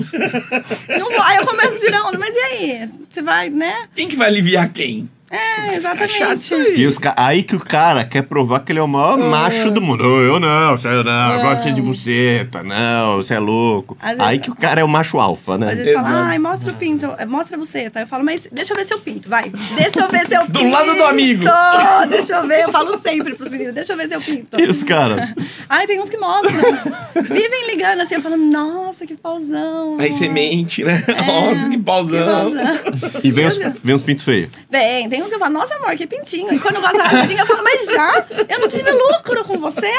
D: Não vou. Aí eu começo girando, mas e aí? Você vai, né?
A: Quem que vai aliviar quem?
D: É, exatamente.
B: E os ca- aí que o cara quer provar que ele é o maior macho do mundo. Ô, Eu não, você é, não, eu gosto de ser de buceta, não, você é louco.
D: Às
B: aí
D: vezes-
B: que o cara é o macho alfa, né?
D: Às vezes fala,
A: Exato.
D: ai, mostra o pinto, eh, mostra a buceta. Eu falo, mas deixa eu ver seu pinto, vai. Deixa eu ver seu pinto.
A: lado do amigo.
D: Deixa eu ver, eu falo sempre pros meninos, deixa eu ver seu pinto.
B: E os caras?
D: Ai, tem uns que mostram. Vivem ligando assim, eu falo, nossa, que pauzão.
A: Aí você mente, né? Nossa, que
D: Hum. É. Que
A: pausão.
D: pauzão.
B: E vem os,
D: Meu Deus.
B: vem os pintos feios.
D: Vem, tem uns que eu falo, nossa amor, que pintinho. E quando eu gosto rapidinho, eu falo, mas já? Eu não tive lucro com você?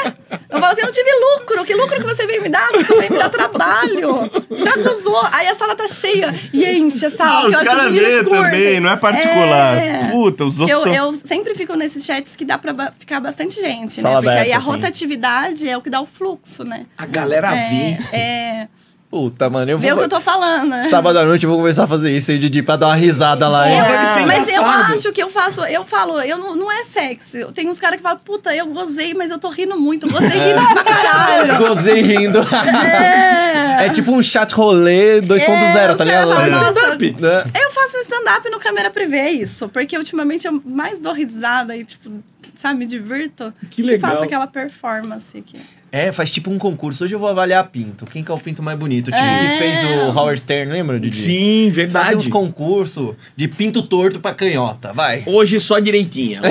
D: Eu falo assim, eu não tive lucro. Que lucro que você veio me dar? Você só veio me dar trabalho. Já acusou. Aí a sala tá cheia e enche a
B: Ah,
D: sala. Tá, porque
B: os
D: eu acho que
B: caras
D: meninos
B: vê
D: curtem.
B: também, não é particular.
D: É.
B: Puta, os outros
D: Eu,
B: tão-
D: eu sempre fico nesses chats que dá pra ba- ficar bastante gente,
E: Sala
D: né? Porque aí
E: aberta,
D: a
E: assim.
D: rotatividade é o que dá o fluxo, né?
A: A galera vê.
D: É, é
E: Puta, mano, eu
D: vê o que
E: vou.
D: eu tô falando, né?
E: Sábado à noite eu vou começar a fazer isso aí, Didi, pra dar uma risada lá. hein?
A: Porra, deve ser
D: É, Mas eu
A: engraçado.
D: acho que eu faço, eu falo, eu não, não é sexy. Tem uns caras que falam, puta, eu gozei, mas eu tô rindo muito, gozei
A: É.
D: rindo pra caralho.
E: Gozei rindo. É,
D: É.
E: tipo um chat rolê 2.0,
D: os
E: tá
D: caras
E: ligado?
D: falam,
E: É.
A: Stand-up.
E: Né?
D: Eu faço um stand-up no câmera privê, é isso. Porque ultimamente eu mais dou risada e, tipo, sabe, me divirto.
A: Que legal.
D: Faço aquela performance aqui.
E: É, faz tipo um concurso. Hoje eu vou avaliar pinto. Quem que é o pinto mais bonito? Tipo,
D: É.
E: que fez o Howard Stern, lembra, Didi?
A: Sim,
E: Fazer uns
A: verdade.
E: concursos de pinto torto pra canhota, vai.
A: Hoje só direitinha.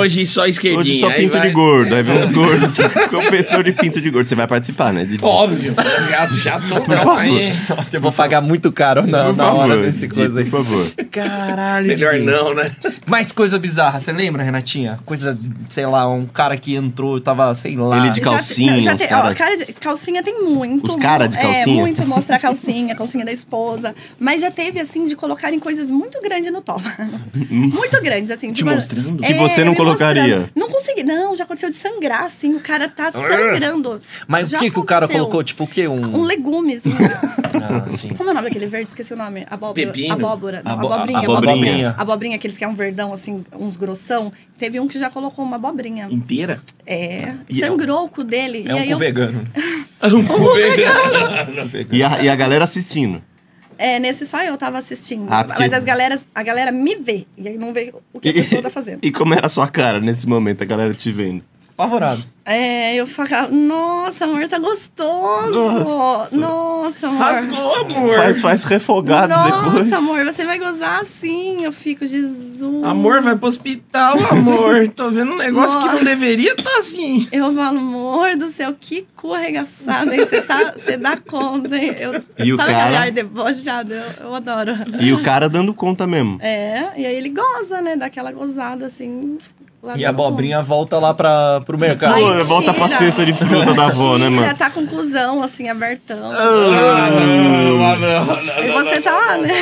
A: Hoje só esquerdinha.
B: Hoje só
A: Aí
B: pinto
A: vai-
B: de gordo, aí vem uns gordos. Competição de pinto de gordo. Você vai participar, né? Didi?
A: Óbvio. Já, já tô
B: Por favor.
A: aí.
E: Nossa, eu vou pagar muito caro na,
B: Por
E: na hora
B: favor,
E: desse
B: Didi,
E: coisa aí.
B: por favor.
E: Caralho,
A: Melhor
E: Didi.
A: não, né?
E: Mais coisa bizarra, você lembra, Renatinha? Coisa, sei lá, um cara que entrou, tava, sei lá.
B: Ele de
D: Já te-
B: calcinha,
D: não, já
B: os
D: te-
B: cara-
D: ó, cara de- calcinha tem muito.
B: Os cara de calcinha?
D: É, muito mostrar calcinha, calcinha da esposa. Mas já teve, assim, de colocarem coisas muito grandes no top. muito grandes, assim.
A: Te mostrando?
B: Hum. Que você não
D: me
B: colocaria.
D: mostrando. Não consegui, não. Já aconteceu de sangrar, assim. O cara tá sangrando.
E: Mas o
D: Já
E: que que o cara
D: aconteceu.
E: colocou? Tipo o quê? Um...
D: Um legumes.
E: Ah, sim.
D: Como é o nome daquele verde? Esqueci o nome. Abóbora.
A: Pepino?
D: Abóbora. Não,
E: Abo-
D: abobrinha,
B: abobrinha.
D: abobrinha. Abobrinha, aqueles que é um verdão, assim, uns grossão. Teve um que já colocou uma abobrinha.
A: Inteira?
D: É.
B: E é-
D: Sangrou o cu dele.
E: É
D: e
E: um
D: aí
E: cu
D: eu
E: vegano.
A: Um cu vegano.
B: E a, e a galera assistindo.
D: É, nesse só eu tava assistindo.
B: Ah, porque-
D: Mas as galeras, a galera me vê. E aí não vê o que a pessoa tá fazendo.
B: E como era a sua cara nesse momento, a galera te vendo?
E: Apavorado.
D: É, eu falava, nossa, amor, tá gostoso. Nossa, amor.
A: Rasgou, amor.
B: Faz, faz refogado
D: Nossa,
B: depois.
D: amor, você vai gozar assim. Eu fico, Jesus.
A: Amor, vai pro hospital, amor. Tô vendo um negócio que não
D: Nossa.
A: deveria estar assim.
D: Eu falo, amor do céu, que cu arregaçado, hein? Você tá, você dá conta, hein? Eu,
B: E o
D: sabe
B: cara?
D: aquele ar debochado? Eu, eu adoro.
B: E o cara dando conta mesmo.
D: É, e aí ele goza, né? Dá aquela gozada assim. lá
E: E
D: no
E: a abobrinha volta lá pra, pro mercado.
D: Ai,
B: Pô, volta pra
D: tira.
B: cesta de fruta da avó, né,
D: Mentira,
B: mano?
D: tá com cuzão, assim, abertão.
A: Ah, não, ah, não.
D: e você tá lá, né?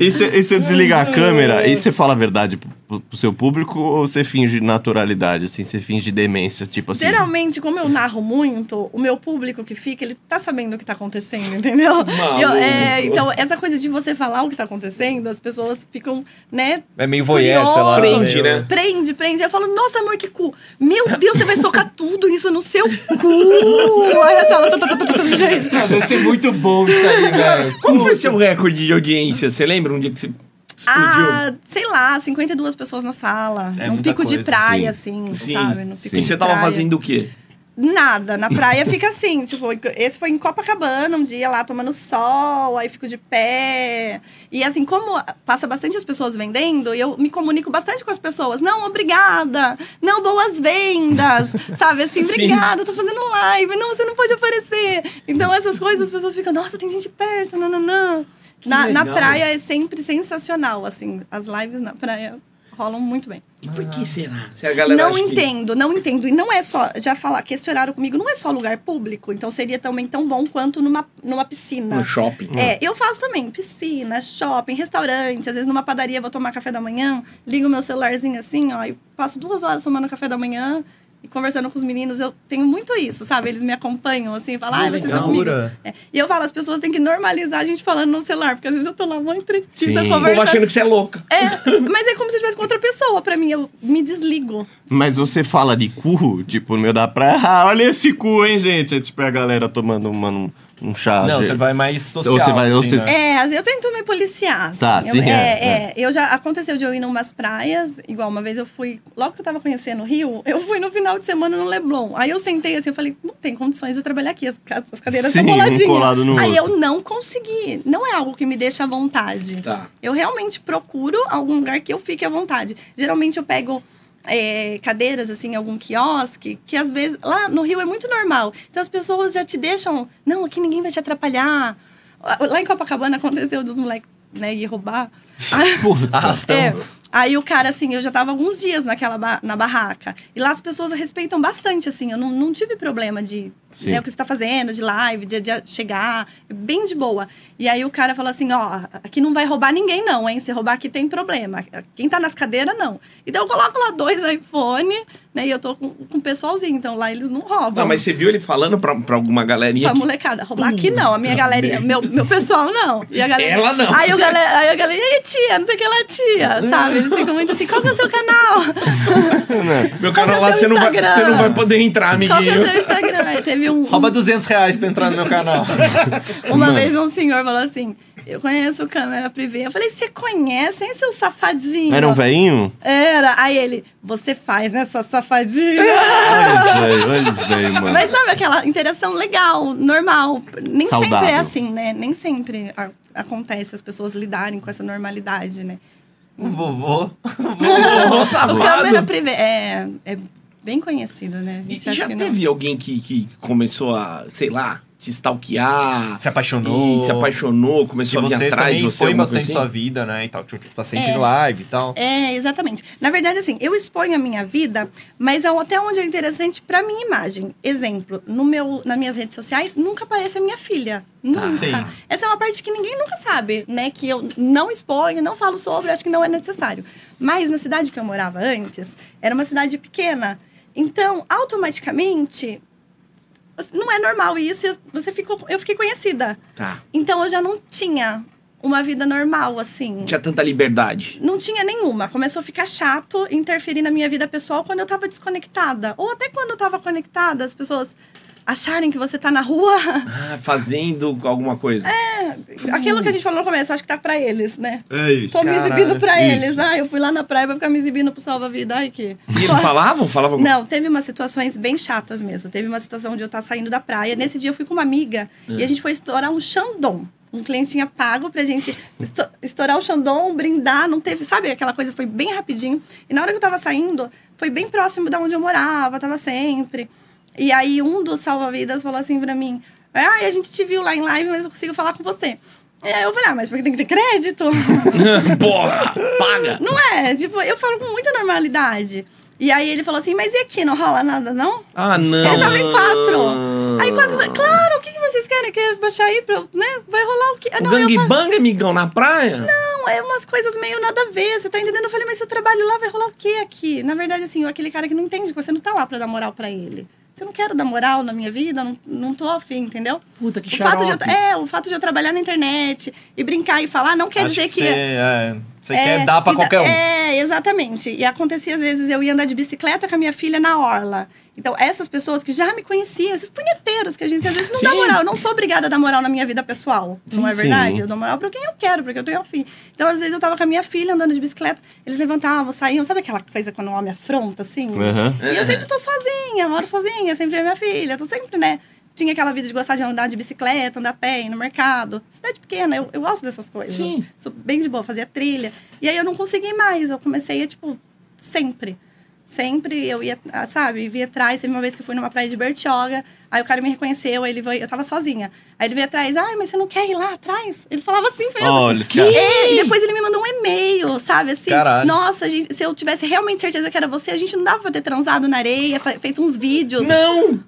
B: E você desliga a câmera e você fala a verdade pro, pro- pro seu público ou você finge naturalidade, assim, você finge demência, tipo assim.
D: Geralmente, como eu narro muito, o meu público que fica, ele tá sabendo o que tá acontecendo, entendeu? Eu- é, então, essa coisa de você falar o que tá acontecendo, as pessoas ficam, né?
E: É meio voyeur, sei lá.
D: Curioso.
A: Prende,
E: meio-
A: né?
D: Prende, prende. Aí eu falo, nossa, amor, que cu. Meu Deus, você vai socar tudo isso no seu cu. Aí a sala... tá, tá, tá, tá, tá, Gente,
C: Deve ser muito bom isso aí, velho.
A: Como foi seu recorde de audiência? Você lembra um dia que você explodiu?
D: ah, sei lá, 52 pessoas na sala.
E: É
D: num
E: muita
D: pico de
E: coisa,
D: praia, assim,
A: Sim,
D: sabe? Num pico
B: sim.
A: E
D: de
A: você tava
D: praia.
A: fazendo o quê?
D: Nada, na praia fica assim, tipo, esse foi em Copacabana um dia lá tomando sol, aí fico de pé. E assim, como passa bastante as pessoas vendendo, eu me comunico bastante com as pessoas. Não, obrigada. Não, boas vendas. Sabe assim,
A: Sim.
D: obrigada, tô fazendo live. Não, você não pode aparecer. Então essas coisas as pessoas ficam, nossa, tem gente perto, nananã. Na, na
A: legal.
D: praia é sempre sensacional, assim, as lives na praia rolam muito bem.
A: E por que será? Se a galera
D: Não
A: acha que-
D: entendo, não entendo. E não é só, já falar, questionaram comigo, não é só lugar público, então seria também tão bom quanto numa, numa piscina.
A: No shopping. né?
D: É, eu faço também piscina, shopping, restaurante, às vezes numa padaria vou tomar café da manhã, ligo meu celularzinho assim, ó, e passo duas horas tomando café da manhã e conversando com os meninos. Eu tenho muito isso, sabe? Eles me acompanham assim, falam, ai, vocês estão comigo.
E: Jura?
D: É, E eu falo, as pessoas têm que normalizar a gente falando no celular, porque às vezes eu tô lá mó entretida
B: Sim.
A: O povo
D: conversando.
A: achando que você é louca.
D: É, mas é como se eu estivesse com outra pessoa, pra mim, eu me desligo.
B: Mas você fala de cu, tipo, no meio da praia, ah, olha esse cu, hein, gente? É tipo a galera é tomando uma, Um chá.
C: Não,
B: de-
C: você vai mais social.
B: Ou você vai- ou
C: assim,
B: você-
C: né?
D: É, às- eu tento me policiar. assim.
B: Tá,
D: Eu-
B: sim,
D: É,
B: é,
D: é. Eu já aconteceu de eu ir numas praias, igual uma vez eu fui, logo que eu tava conhecendo o Rio, eu fui no final de semana no Leblon. Aí eu sentei assim, eu falei, não tem condições de eu trabalhar aqui, as, ca- as cadeiras
B: Sim,
D: estão coladinhas.
B: um colado no
D: Aí
B: outro.
D: eu não consegui. Não é algo que me deixa à vontade.
A: Tá.
D: Eu realmente procuro algum lugar que eu fique à vontade. Geralmente eu pego é, cadeiras, assim, em algum quiosque, que às vezes. Lá no Rio é muito normal. Então as pessoas já te deixam. Não, aqui ninguém vai te atrapalhar. Lá em Copacabana aconteceu dos moleques, né, ir roubar.
E: Arrastão.
D: É. Aí o cara, assim, eu já tava alguns dias naquela ba- na barraca. E lá as pessoas respeitam bastante, assim. Eu não, não tive problema de
B: Sim.
D: né, o que você tá fazendo, de live, de, de chegar. É Bem de boa. E aí o cara falou assim, ó, aqui não vai roubar ninguém não, hein? Se roubar aqui tem problema. Quem tá nas cadeiras, não. Então eu coloco lá dois iPhone, né? E eu tô com, com o pessoalzinho. Então lá eles não roubam.
A: Não, mas você viu ele falando pra, pra alguma galerinha?
D: Pra
A: que-
D: molecada. Roubar aqui não, a minha galeria, meu, meu pessoal não. E a galera,
A: Ela não.
D: Aí, o galera, aí a galera, e aí, tia, não sei o que lá, tia, sabe? Eles ficam muito assim, qual que é o seu canal?
A: Meu canal
D: Qual
A: lá,
D: que é o
A: você
D: seu
A: não, vai,
D: Instagram?
A: você não vai poder entrar,
D: Qual que é o
A: amiguinho.
D: seu Instagram? Aí teve um,
C: Rouba 200 reais pra entrar no meu canal.
D: uma vez um senhor falou assim, eu conheço câmera privê. Eu falei, você conhece, hein, seu safadinho?
B: Era um velhinho?
D: Era. Aí ele, você faz, né, sua safadinha?
B: Olha isso, velho. Olha isso, velho, mano.
D: Mas sabe aquela interação legal, normal. Nem
B: Saudável.
D: sempre é assim, né? Nem sempre a- acontece as pessoas lidarem com essa normalidade, né?
C: O vovô.
A: Ô,
D: Ah, é O
A: safado.
D: câmera privê é, é bem conhecido, né? A
A: E, e
D: gente acha
A: já
D: que não.
A: teve alguém que, que começou a, sei lá, te stalkear?
C: Se apaixonou.
A: E se apaixonou,
C: Que
A: começou a vir
C: você
A: atrás
C: também
A: de você,
C: expõe
A: alguma
C: bastante
A: coisa
C: sua
A: assim?
C: vida, né? E tal. Tipo, tá sempre
D: É.
C: em live e tal.
D: É, exatamente. Na verdade, assim, eu exponho a minha vida, mas ao- até onde é interessante pra minha imagem. Exemplo, no meu, nas minhas redes sociais, nunca aparece a minha filha.
A: Tá,
D: Nunca.
C: sim.
D: Essa é uma parte que ninguém nunca sabe, né? Que eu não exponho, não falo sobre, acho que não é necessário. Mas na cidade que eu morava antes, era uma cidade pequena. Então, automaticamente, não é normal isso. e as- Você ficou, eu fiquei conhecida.
A: Tá.
D: Então, eu já não tinha uma vida normal, assim.
A: Não tinha tanta liberdade.
D: Não tinha nenhuma. Começou a ficar chato, interferir na minha vida pessoal quando eu tava desconectada. Ou até quando eu tava conectada, as pessoas acharem que você tá na rua.
A: Ah, fazendo alguma coisa.
D: Aquilo que a gente falou no começo, acho que tá pra eles, né?
B: É isso.
D: Tô me
C: Caralho,
D: exibindo pra
B: isso.
D: eles. Ah, eu fui lá na praia pra ficar me exibindo pro salva-vida. Ai, que.
A: E eles falavam? Falavam alguma
D: Não, teve umas situações bem chatas mesmo. Teve uma situação de eu estar saindo da praia. Nesse dia eu fui com uma amiga e a gente foi estourar um Xandon. Um cliente tinha pago pra gente esto- estourar o Xandon, brindar, não teve, sabe? Aquela coisa foi bem rapidinho. E na hora que eu tava saindo, foi bem próximo da onde eu morava, tava sempre. E aí um dos salva-vidas falou assim pra mim: Ai, a gente te viu lá em live, mas eu consigo falar com você. E aí eu falei, ah, mas porque tem que ter crédito?
A: Porra! Paga!
D: Não é, tipo, eu falo com muita normalidade. E aí ele falou assim, mas e aqui, não rola nada, não?
A: Ah, não!
D: Vocês estavam em quatro. Aí quase, falei, claro, o que que vocês querem? Quer baixar aí pra, eu, né? Vai rolar o quê? Ah,
A: O
D: não, eu falo,
A: gangbang, amigão, na praia?
D: não, é umas coisas meio nada a ver, você tá entendendo? Eu falei, mas se eu trabalho lá, vai rolar o quê aqui? Na verdade, assim, eu- aquele cara que não entende, que você não tá lá pra dar moral pra ele. Você não quero dar moral na minha vida, não, não tô afim, entendeu?
A: Puta, que
D: O fato de eu,
A: xarope.
D: é, o fato de eu trabalhar na internet e brincar e falar não quer
C: Acho
D: dizer que.
C: Você, é, você
D: É,
C: quer dar pra
D: e
C: qualquer um.
D: É, exatamente. E acontecia às vezes eu ia andar de bicicleta com a minha filha na orla. Então, essas pessoas que já me conheciam, esses punheteiros que a gente às vezes não dá
A: Sim.
D: moral. Eu não sou obrigada a dar moral na minha vida pessoal. não é
B: sim.
D: verdade? Eu dou moral pra quem eu quero, porque eu tenho um fim. Então, às vezes eu tava com a minha filha andando de bicicleta, eles levantavam, saíam. Sabe aquela coisa quando um homem afronta assim?
B: Aham.
D: E eu sempre tô sozinha, moro sozinha, sempre é minha filha, tô sempre, né? Tinha aquela vida de gostar de andar de bicicleta, andar a pé, ir no mercado. Cidade pequena, eu, eu gosto dessas coisas.
A: Sim.
D: Sou bem de boa, fazia trilha. E aí eu não consegui mais, eu comecei a, tipo, sempre. Sempre eu ia, ah, sabe, via atrás. Teve uma vez que eu fui numa praia de Bertioga, aí o cara me reconheceu, aí ele veio, eu tava sozinha. Aí ele veio atrás, ai, mas você não quer ir lá atrás? Ele falava assim, mesmo.
B: Olha,
D: Que?
B: cara.
D: É, e depois ele me mandou um e-mail, sabe? Assim,
C: Caralho.
D: nossa, gente, se eu tivesse realmente certeza que era você, a gente não dava pra ter transado na areia, fa- feito uns vídeos.
A: Não!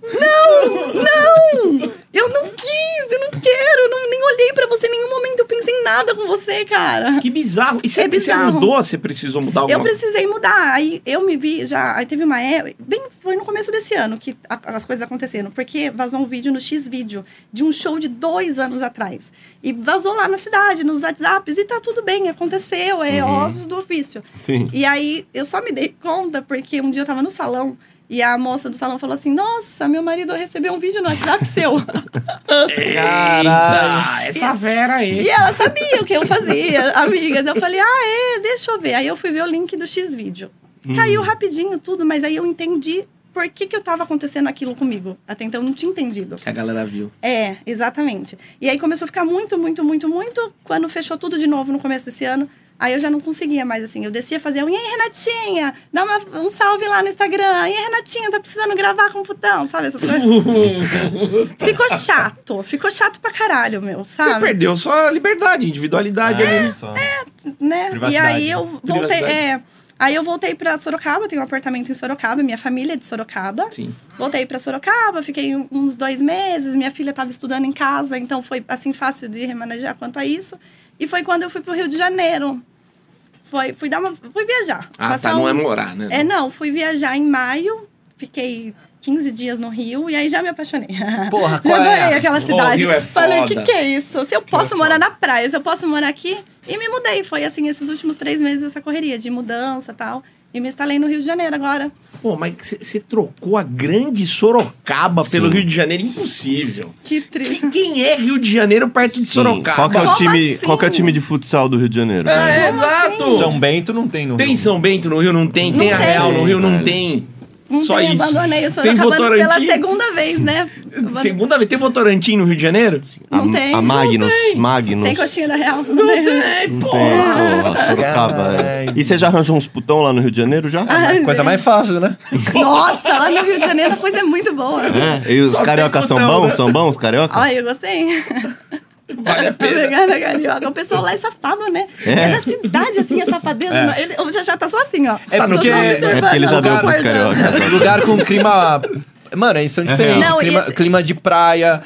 D: Eu não quis, eu não quero, eu não, nem olhei pra você em nenhum momento, eu pensei em nada com você, cara.
A: Que bizarro! E você,
D: É bizarro.
A: você mudou? Você precisou mudar alguma
D: Eu precisei mudar. Aí eu me vi já. Aí teve uma época. Bem, foi no começo desse ano que a- as coisas aconteceram. Porque vazou um vídeo no X-Vídeo de um show de dois anos atrás. E vazou lá na cidade, nos WhatsApps. E tá tudo bem, aconteceu. É ossos do ofício.
B: Sim.
D: E aí eu só me dei conta porque um dia eu tava no salão E a moça do salão falou assim: Nossa, meu marido recebeu um vídeo no WhatsApp seu.
A: Eita, essa fera aí.
D: e ela sabia o que eu fazia, amigas. Eu falei: Ah, é, deixa eu ver. Aí eu fui ver o link do X-Vídeo. Caiu rapidinho tudo, mas aí eu entendi por que, que eu tava acontecendo aquilo comigo. Até então eu não tinha entendido.
A: Que a galera viu.
D: É, exatamente. E aí começou a ficar muito, muito, muito, muito. Quando fechou tudo de novo no começo desse ano, aí eu já não conseguia mais, assim. Eu descia fazer um, e aí, Renatinha? Dá uma- um salve lá no Instagram. E aí, Renatinha, tá precisando gravar com o putão, sabe? Essas coisas. ficou chato. Ficou chato pra caralho, meu,
A: Você
D: sabe? É.
A: perdeu sua liberdade, individualidade ali.
E: É, só.
D: né? E
E: Privacidade.
D: aí eu voltei...
A: Privacidade.
D: É, aí eu voltei pra Sorocaba, eu tenho um apartamento em Sorocaba, minha família é de Sorocaba.
A: Sim.
D: Voltei pra Sorocaba, fiquei um- uns dois meses. Minha filha estava estudando em casa, então foi assim fácil de remanejar quanto a isso. E foi quando eu fui pro Rio de Janeiro. Foi, fui dar uma, fui viajar.
A: Ah,
D: Passar
A: tá, não é
D: um-
A: morar, né?
D: é, não, fui viajar em maio, fiquei 15 dias no Rio e aí já me apaixonei.
E: Porra,
D: já
E: qual é?
D: adorei aquela
A: Pô, o
D: cidade.
A: Rio é
D: Falei, o que,
A: foda."
D: que é isso? Se eu posso morar na praia, se eu posso morar aqui. E me mudei. Foi assim, esses últimos três meses, essa correria de mudança e tal. E me instalei no Rio de Janeiro agora.
A: Pô, mas você trocou a grande Sorocaba pelo Rio de Janeiro? Impossível.
D: Que
A: Que-
D: triste.
A: Quem, é Rio de Janeiro perto de
B: Sim.
A: Sorocaba?
B: Qual que é o
D: Como
B: time,
D: assim?
B: qual que é o time de futsal do Rio de Janeiro?
A: É,
B: velho?
A: exato.
E: São Bento não tem no
A: Tem
E: Rio.
A: São Bento no Rio? Não tem. tem a
D: tem.
A: Real no Rio? Não
B: Velho.
A: tem.
D: Não
A: Só
D: tem,
A: isso.
D: abandonei. Eu sou
A: Tem
D: acabando pela
A: Votorantim?
D: segunda vez, né?
A: Segunda vez. Tem Votorantim no Rio de Janeiro?
B: a,
D: Não tem.
B: A Magnus, Magnus.
D: Tem coxinha da real? Não tem.
A: Tem,
B: Não
A: pô. é.
B: tem, porra, Sorocaba.
E: Caralho.
B: é. E você já arranjou uns putão lá no Rio de Janeiro já?
A: Ah.
D: Ai,
E: Ah, Coisa mais fácil, né?
D: Nossa, lá no Rio de Janeiro a coisa é muito boa.
B: É? E os
A: Só tem
B: carioca são
A: putão,
B: bons?
A: né?
B: São bons, os carioca?
D: Ai, eu gostei.
A: Vale a
D: Tá
A: pena.
D: Obrigada, carioca. O pessoal lá é safado, né? É, da cidade, assim, a safadeza.
E: É.
D: Não, Ele, o Jajá tá só assim, ó.
E: É
D: Tô
E: porque-
D: só observando,
B: É porque ele já deu pros
D: concordando.
B: carioca.
E: Lugar com clima. Mano, eles são diferentes.
D: Não, e
E: clima,
D: esse-
E: clima de praia,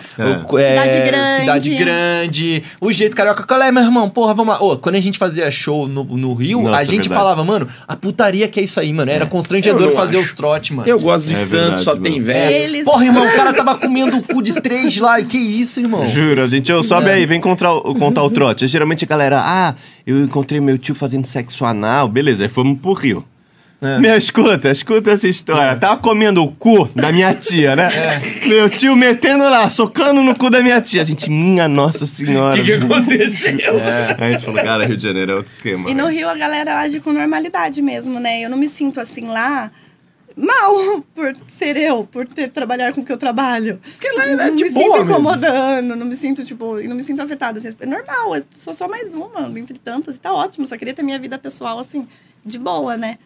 E: o- é,
D: Cidade grande.
E: cidade grande, O jeito carioca. Qual é, meu irmão? Porra, vamos lá. Ô, quando a gente fazia show no, no Rio,
B: Nossa,
E: a gente
B: verdade.
E: falava, mano, a putaria que é isso aí, mano. Era
A: Eu
E: constrangedor
A: não
E: fazer
A: acho.
E: os trote, mano.
A: Eu gosto de
B: É
A: Santos,
B: verdade,
A: só
B: mano.
A: tem velho.
D: É. Eles...
E: Porra, irmão, o cara tava comendo o cu de três lá. Que isso, irmão?
B: Juro, a gente eu, sobe aí, vem contar o, contar o trote. Geralmente a galera, ah, eu encontrei meu tio fazendo sexo anal, beleza, aí fomos pro Rio. Meu, escuta, escuta essa história. Tava comendo o cu da minha tia, né?
A: É.
B: Meu tio metendo lá, socando no cu da minha tia. A gente, minha nossa senhora.
A: O que, que aconteceu?
B: É, a gente falou, cara, Rio de Janeiro é outro esquema.
D: E no Rio a galera age com normalidade mesmo, né? Eu não me sinto assim lá mal por ser eu, por ter trabalhar com o que eu trabalho. Porque lá
A: é
D: não
A: de
D: me
A: boa
D: sinto
A: mesmo.
D: incomodando, não me sinto tipo, e não me sinto afetada assim. É normal, eu sou só mais uma entre tantas, e tá ótimo, só queria ter minha vida pessoal assim de boa, né?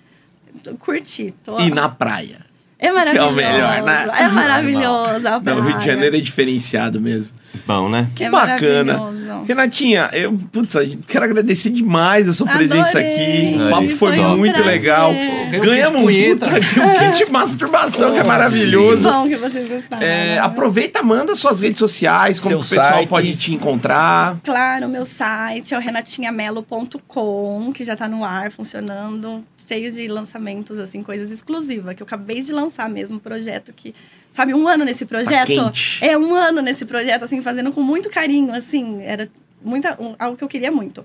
D: Tô- Curti. Tô...
A: E na praia.
D: É maravilhoso.
A: melhor, né?
D: É maravilhoso. a
A: Não, o Rio de
D: praia.
A: Janeiro é diferenciado mesmo.
B: Bom, né?
A: Que
D: É
A: bacana.
D: maravilhoso.
A: Renatinha, eu putz, a gente- quero agradecer demais a sua presença
D: Adorei.
A: aqui. O papo
B: Aí,
A: foi,
B: foi um
A: muito
D: prazer.
A: legal.
D: Ganhei
E: um
A: Ganhamos um
E: kit de
A: puta, ganhei um kit de masturbação, que é maravilhoso.
D: Bom que vocês gostaram.
A: É, aproveita, manda suas redes sociais, como
E: Seu
A: que o pessoal
E: site.
A: pode te encontrar. Tá
D: Claro, meu site é o renatinhamelo.com, que já tá no ar, funcionando, cheio de lançamentos, assim, coisas exclusivas, que eu acabei de lançar mesmo, um projeto que, sabe, um ano nesse projeto.
A: Tá quente.
D: é, um ano nesse projeto, assim, fazendo com muito carinho, assim, era muita, um- algo que eu queria muito.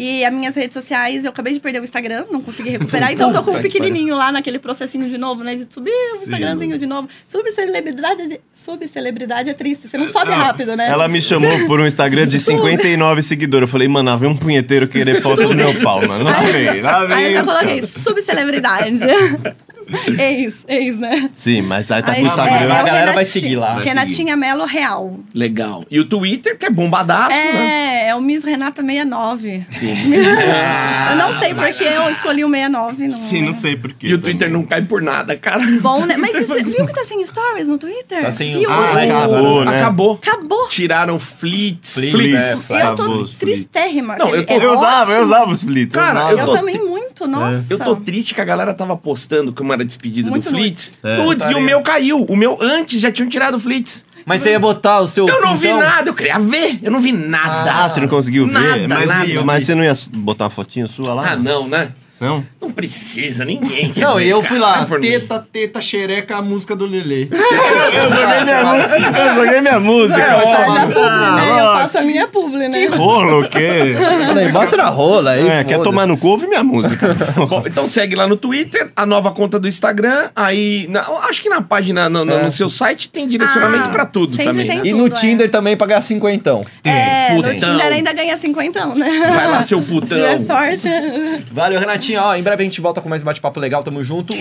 D: E as minhas redes sociais, eu acabei de perder o Instagram, não consegui recuperar, então eu tô com
E: Puta
D: o
E: que
D: pequenininho lá naquele processinho de novo, né, de subir o
B: Sim.
D: Instagramzinho de novo. Subcelebridade, é- subcelebridade é triste, você não sobe rápido, né?
B: Ela me chamou por um Instagram de 59 seguidores. Eu falei, mano, lá vem um punheteiro querer foto do meu pau, mano. Lá vem, lá vem.
D: Aí eu já
B: os
D: coloquei
B: caras.
D: subcelebridade. ex, ex, né?
B: Sim, mas aí tá
D: Aí,
B: com o Instagram.
D: é, é o
E: a galera vai
D: Renati-
E: seguir lá.
B: Vai
D: Renatinha Melo Real.
A: Legal. E o Twitter, que é bombadaço, né?
D: É, é o Miss Renata 69.
A: Sim.
D: eu não sei porque eu escolhi o 69. Não,
B: Sim, não sei porquê.
A: E o Twitter não cai por nada, cara.
D: Bom, né? Mas você viu que tá sem stories no Twitter?
E: Tá sem
D: viu?
E: os
A: Ah,
E: likes
B: acabou,
E: agora.
B: né?
A: Acabou.
D: Acabou.
A: Tiraram flits.
E: Flits,
A: flits.
E: é.
D: E eu tô
B: acabou,
D: tristérrima.
A: Não,
D: aquele-
A: tô-
D: é
B: Eu usava, eu
D: ótimo.
B: usava os Flits. eu
A: Cara,
B: usava.
A: eu
D: Eu
A: tô-
D: também muito, nossa.
A: Eu tô triste que a galera tava postando como era despedida do
D: Muito
A: Flits.
B: É.
A: Tudes, e o meu caiu. O meu antes já tinham tirado o Flits.
E: Mas você ia botar o seu.
A: Eu não vi
E: pintão?
A: nada, eu queria ver. Eu não vi nada.
B: Ah, você não conseguiu ver?
A: Nada,
B: mas
A: nada, eu
B: mas
A: vi.
B: você não ia s- botar a fotinha sua lá?
A: Ah, não, né?
B: Não?
A: Não precisa, ninguém. quer
E: Não,
A: ver,
E: eu fui
A: cara,
E: lá.
A: vai por mim.
E: Teta, teta, xereca, a música do Lelê.
B: Eu joguei minha, eu joguei minha música.
A: É,
B: vai
A: ó,
B: tomar no
D: Mas
B: cu.
D: é público, Tá né? Eu
B: Ah,
D: Nossa, a minha é publi, né?
B: Rolo, o quê?
E: Falei, mostra a rola aí.
B: É, quer
E: foda-se.
B: tomar no cu, ouve minha música.
A: Bom, então segue lá no Twitter, a nova conta do Instagram, aí na- acho que na página, no, no-
E: É.
A: no seu site tem direcionamento
D: Ah,
A: pra tudo
D: sempre
A: também.
D: tem
A: né?
E: E no
D: tudo, é.
E: Tinder também pagar cinquentão.
D: É, no
A: Putão. Então.
D: Tinder ainda ganha 50,
A: Vai
D: né?
A: lá, seu
D: Se tiver
A: putão.
D: sorte. é.
E: Valeu, Renatinha. Ó, em breve a gente volta com mais bate-papo legal. Tamo junto.